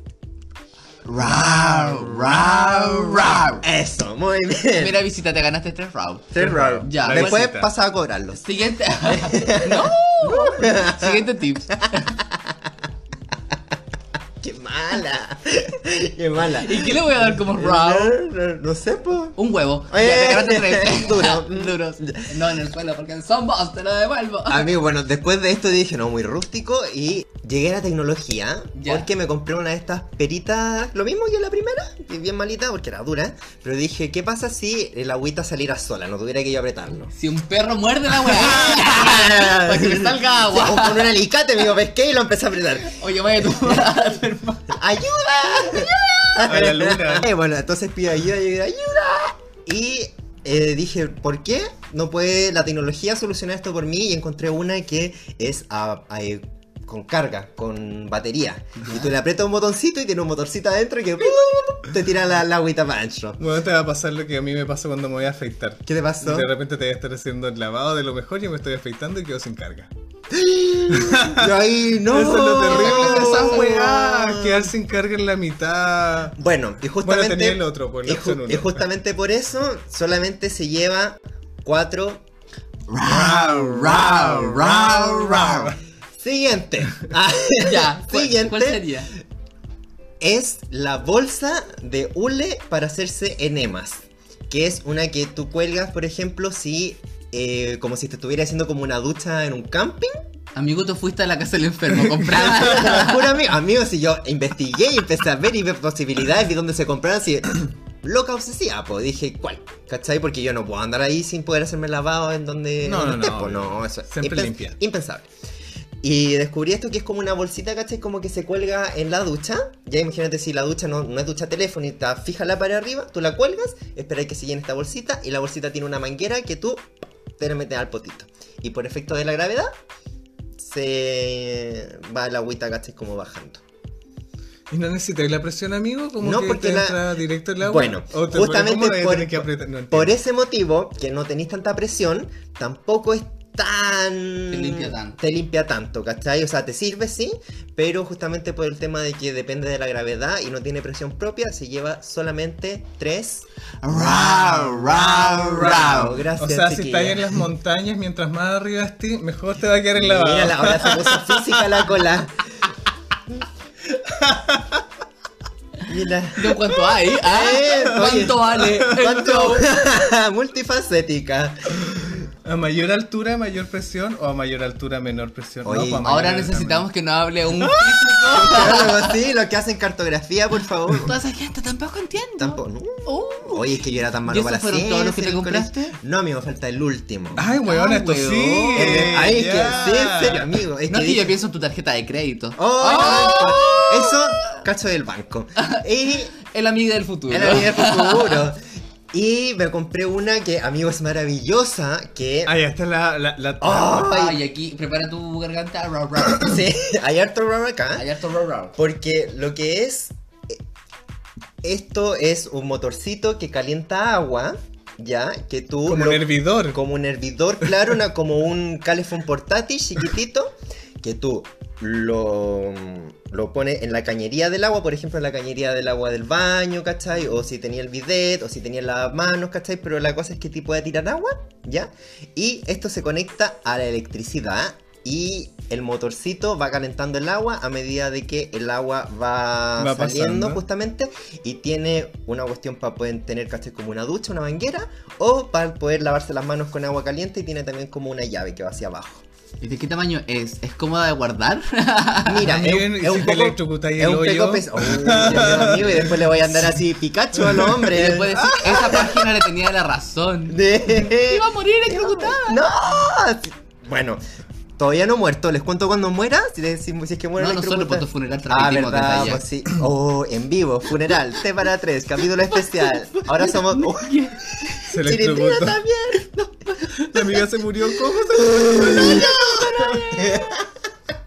Rau, rau, rau.
Eso, muy bien.
Mira, visita, te ganaste tres rounds.
tres raros.
Ya,
La
Después
visita.
pasaba a cobrarlos.
Siguiente. no. Siguiente tip.
Qué mal. mala. Qué mala.
¿Y qué le voy a dar como raw?
No, no, no sé, po.
Un huevo.
Eh,
Ya, te ganaste tres.
duro.
Duros. No en el suelo porque en Zombos te lo devuelvo.
Amigo, bueno, después de esto dije, no, muy rústico y llegué a la tecnología
Ya.
porque me compré una de estas peritas, lo mismo que la primera, que bien malita porque era dura, pero dije, ¿qué pasa si el agüita saliera sola, no tuviera que yo apretarlo?
Si un perro muerde la weá, para que me salga
O
agua.
con un alicate, amigo, pesqué y lo empecé a apretar.
Oye, vaya tu madre, hermano.
¡Ayuda!
A la luna.
Eh, bueno, entonces pido ayuda, ayuda, ayuda. Y eh, dije, ¿por qué no puede la tecnología solucionar esto por mí? Y encontré una que es a- a- eh, con carga, con batería. Y tú le aprietas un botoncito y tiene un motorcito adentro que te tira la, la agüita para adentro.
Bueno, te va a pasar lo que a mí me pasó cuando me voy a afeitar.
¿Qué te pasó?
De repente te voy a estar haciendo el lavado de lo mejor, yo me estoy afeitando y quedo sin carga.
Yo ahí, no.
Eso es lo terrible de esa weá.
weá.
Quedar sin carga en la mitad.
Bueno, y justamente.
tenía el otro, pues, la
y, ju-
opción uno.
y justamente por eso solamente se lleva cuatro.
Rau, rau, rau, rau.
Siguiente. Ah,
Ya, ¿cuál-
Siguiente.
¿Cuál sería?
Es la bolsa de hule para hacerse enemas. Que es una que tú cuelgas, por ejemplo, si. eh, como si te estuviera haciendo como una ducha en un camping.
Amigo, tú fuiste a la casa del enfermo, compraba.
Te lo juro, amigo. Amigo, si yo investigué y empecé a ver y ver posibilidades, vi dónde se compraban, así. Loca obsesiva, pues dije, ¿cuál? ¿Cachai? Porque yo no puedo andar ahí sin poder hacerme lavado en donde.
No,
donde
no,
esté,
no,
po.
obvio.
no, eso es
Siempre
impen-
limpia.
impensable. Y descubrí esto que es como una bolsita, ¿cachai? Como que se cuelga en la ducha. Ya imagínate si la ducha no, no es ducha telefónica, fija la pared arriba, tú la cuelgas, esperáis que se llene esta bolsita y la bolsita tiene una manguera que tú te la metes al potito. Y por efecto de la gravedad, se va el agüita, ¿cachai? Como bajando.
¿Y no necesitáis la presión, amigo? Como
No,
que
porque
te
la-
entra directo el agua.
Bueno,
¿O te-
justamente
¿cómo debe
por-
tener que apretar? No
Por
entiendo.
ese motivo, que no tenéis tanta presión, tampoco es tan...
Te limpia tanto.
Te limpia tanto, ¿cachai? O sea, te sirve, sí, pero justamente por el tema de que depende de la gravedad y no tiene presión propia, se lleva solamente tres...
Rau, rau,
Bravo,
rau.
O
gracias,
sea, si
chiquilla.
estás en las montañas, mientras más arriba estés, mejor te va a quedar en la
Mira, la- ahora se puso física la cola. Mira.
¿De cuánto hay? ¿Ah?
Eh, oye.
¿Cuánto vale?
¿Cuánto? Multifacética.
A mayor altura, mayor presión, o a mayor altura, menor presión.
Oye,
pues a mayor
Ahora
altura,
necesitamos
menor.
que nos hable
Ah.
un
Algo así, lo que hacen cartografía, por favor.
Toda esa gente tampoco entiendo.
Tampoco. no.
Uh.
Oye, es que yo era tan
¿Y
malo
esos
para la
fueron todos los que
ciencia
te
en el
compraste?
colegio. No, amigo, falta el último.
Ay, weón,
Ah,
esto
weón.
sí.
El de- Ay, es
ya.
que sí, en serio, amigo. Es
no
que
es que
dije-
yo ¡Ah! pienso en tu tarjeta de crédito.
Oh, no, Eso, cacho del banco. Y
El amigo del futuro.
Era bien futuro. Y me compré una que, amigo, es maravillosa. Que.
Ay, esta es la. la, la-
¡Oh!
Ay, aquí, prepara tu garganta. Rau, rau.
Sí, hay harto raro acá.
Hay harto rau, rau.
Porque lo que es. eh, Esto es un motorcito que calienta agua. Ya, que tú.
como
lo-
un hervidor.
como un hervidor, claro, una- como un calefón portátil chiquitito. Que tú lo, lo pones en la cañería del agua, por ejemplo, en la cañería del agua del baño, ¿cachai? O si tenía el bidet, o si tenía las manos, ¿cachai? Pero la cosa es que te puede tirar agua, ¿ya? Y esto se conecta a la electricidad y el motorcito va calentando el agua a medida de que el agua va,
Va
saliendo
pasando.
justamente y tiene una cuestión para poder tener ¿cachai? como una ducha, una manguera o para poder lavarse las manos con agua caliente y tiene también como una llave que va hacia abajo.
¿Y de qué tamaño es? ¿Es cómoda de guardar?
Mira,
Amigo,
es, un-
¿y
es
si
un
te
poco,
electrocutáis
es
el
un
hoyo?
poco pes- Uy, Dios mío, amigo, y después le voy a andar así Pikachu al
Y
hombre.
después decir, esa página le tenía la razón.
De-
Iba a morir electrocutada.
¡No! Bueno, todavía no he muerto. Les cuento cuando muera. Si, les decimos, si es que muero
No, nosotros
electrocuta-
por tu funeral
Ah,
transmitimos
verdad,
desde allá.
pues sí. Oh, en vivo, funeral, T para 3, capítulo especial. Ahora somos. Oh,
Se
Chilindrina
electrocutó.
también.
Mi amiga se murió. ¿Cómo se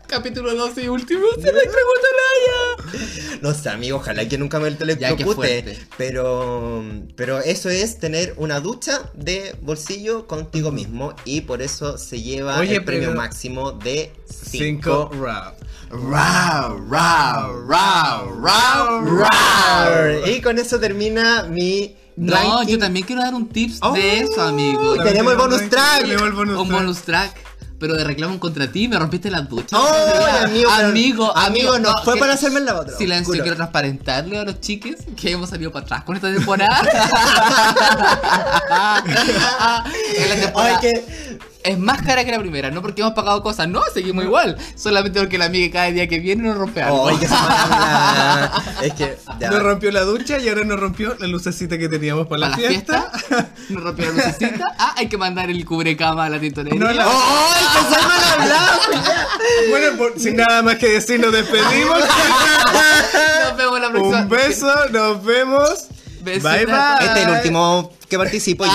Capítulo 12 y último. Se electrocuta la
No sé, amigo, ojalá que nunca me
Ya, qué
electrocute.
fuerte.
Pero, pero eso es tener una ducha de bolsillo contigo mismo. Y por eso se lleva
Oye,
el premio
pero-
máximo de 5
Cinco rap.
Rau, rau, rau, rau, rau.
Y con eso termina mi
No,
ranking.
yo también quiero dar un tips
Oh,
de eso, amigo.
Tenemos el bonus track.
Tenemos el bonus
Un
track.
bonus track pero de reclamo contra ti, me rompiste la ducha.
¡Ay, amigo, pero-
amigo,
amigo, no, fue
quiero-
para hacerme el lavado.
Silencio,
Culo.
quiero transparentarle a los chiques que hemos salido para atrás con esta temporada. En la temporada
Ay, que.
Es más cara que la primera, no porque hemos pagado cosas, no, seguimos igual. Solamente porque la amiga cada día que viene nos rompe algo.
Ay, que se me habla. Es que. ya.
Nos rompió la ducha y ahora nos rompió la lucecita que teníamos para la,
Para la fiesta, nos rompió la lucecita. Ah, hay que mandar el cubrecama a la tintorería.
No, la-
¡Ay, pues que soy mal hablado!
Bueno, por- sin nada más que decir, nos despedimos.
Nos vemos la próxima.
Un beso, nos vemos.
Beso.
Bye bye.
Este es el último que participo yo.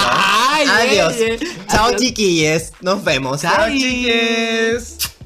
Ay,
Adiós.
eh, eh.
Chao,
Adiós.
chiquilles. Nos vemos.
Chao,
Chiques.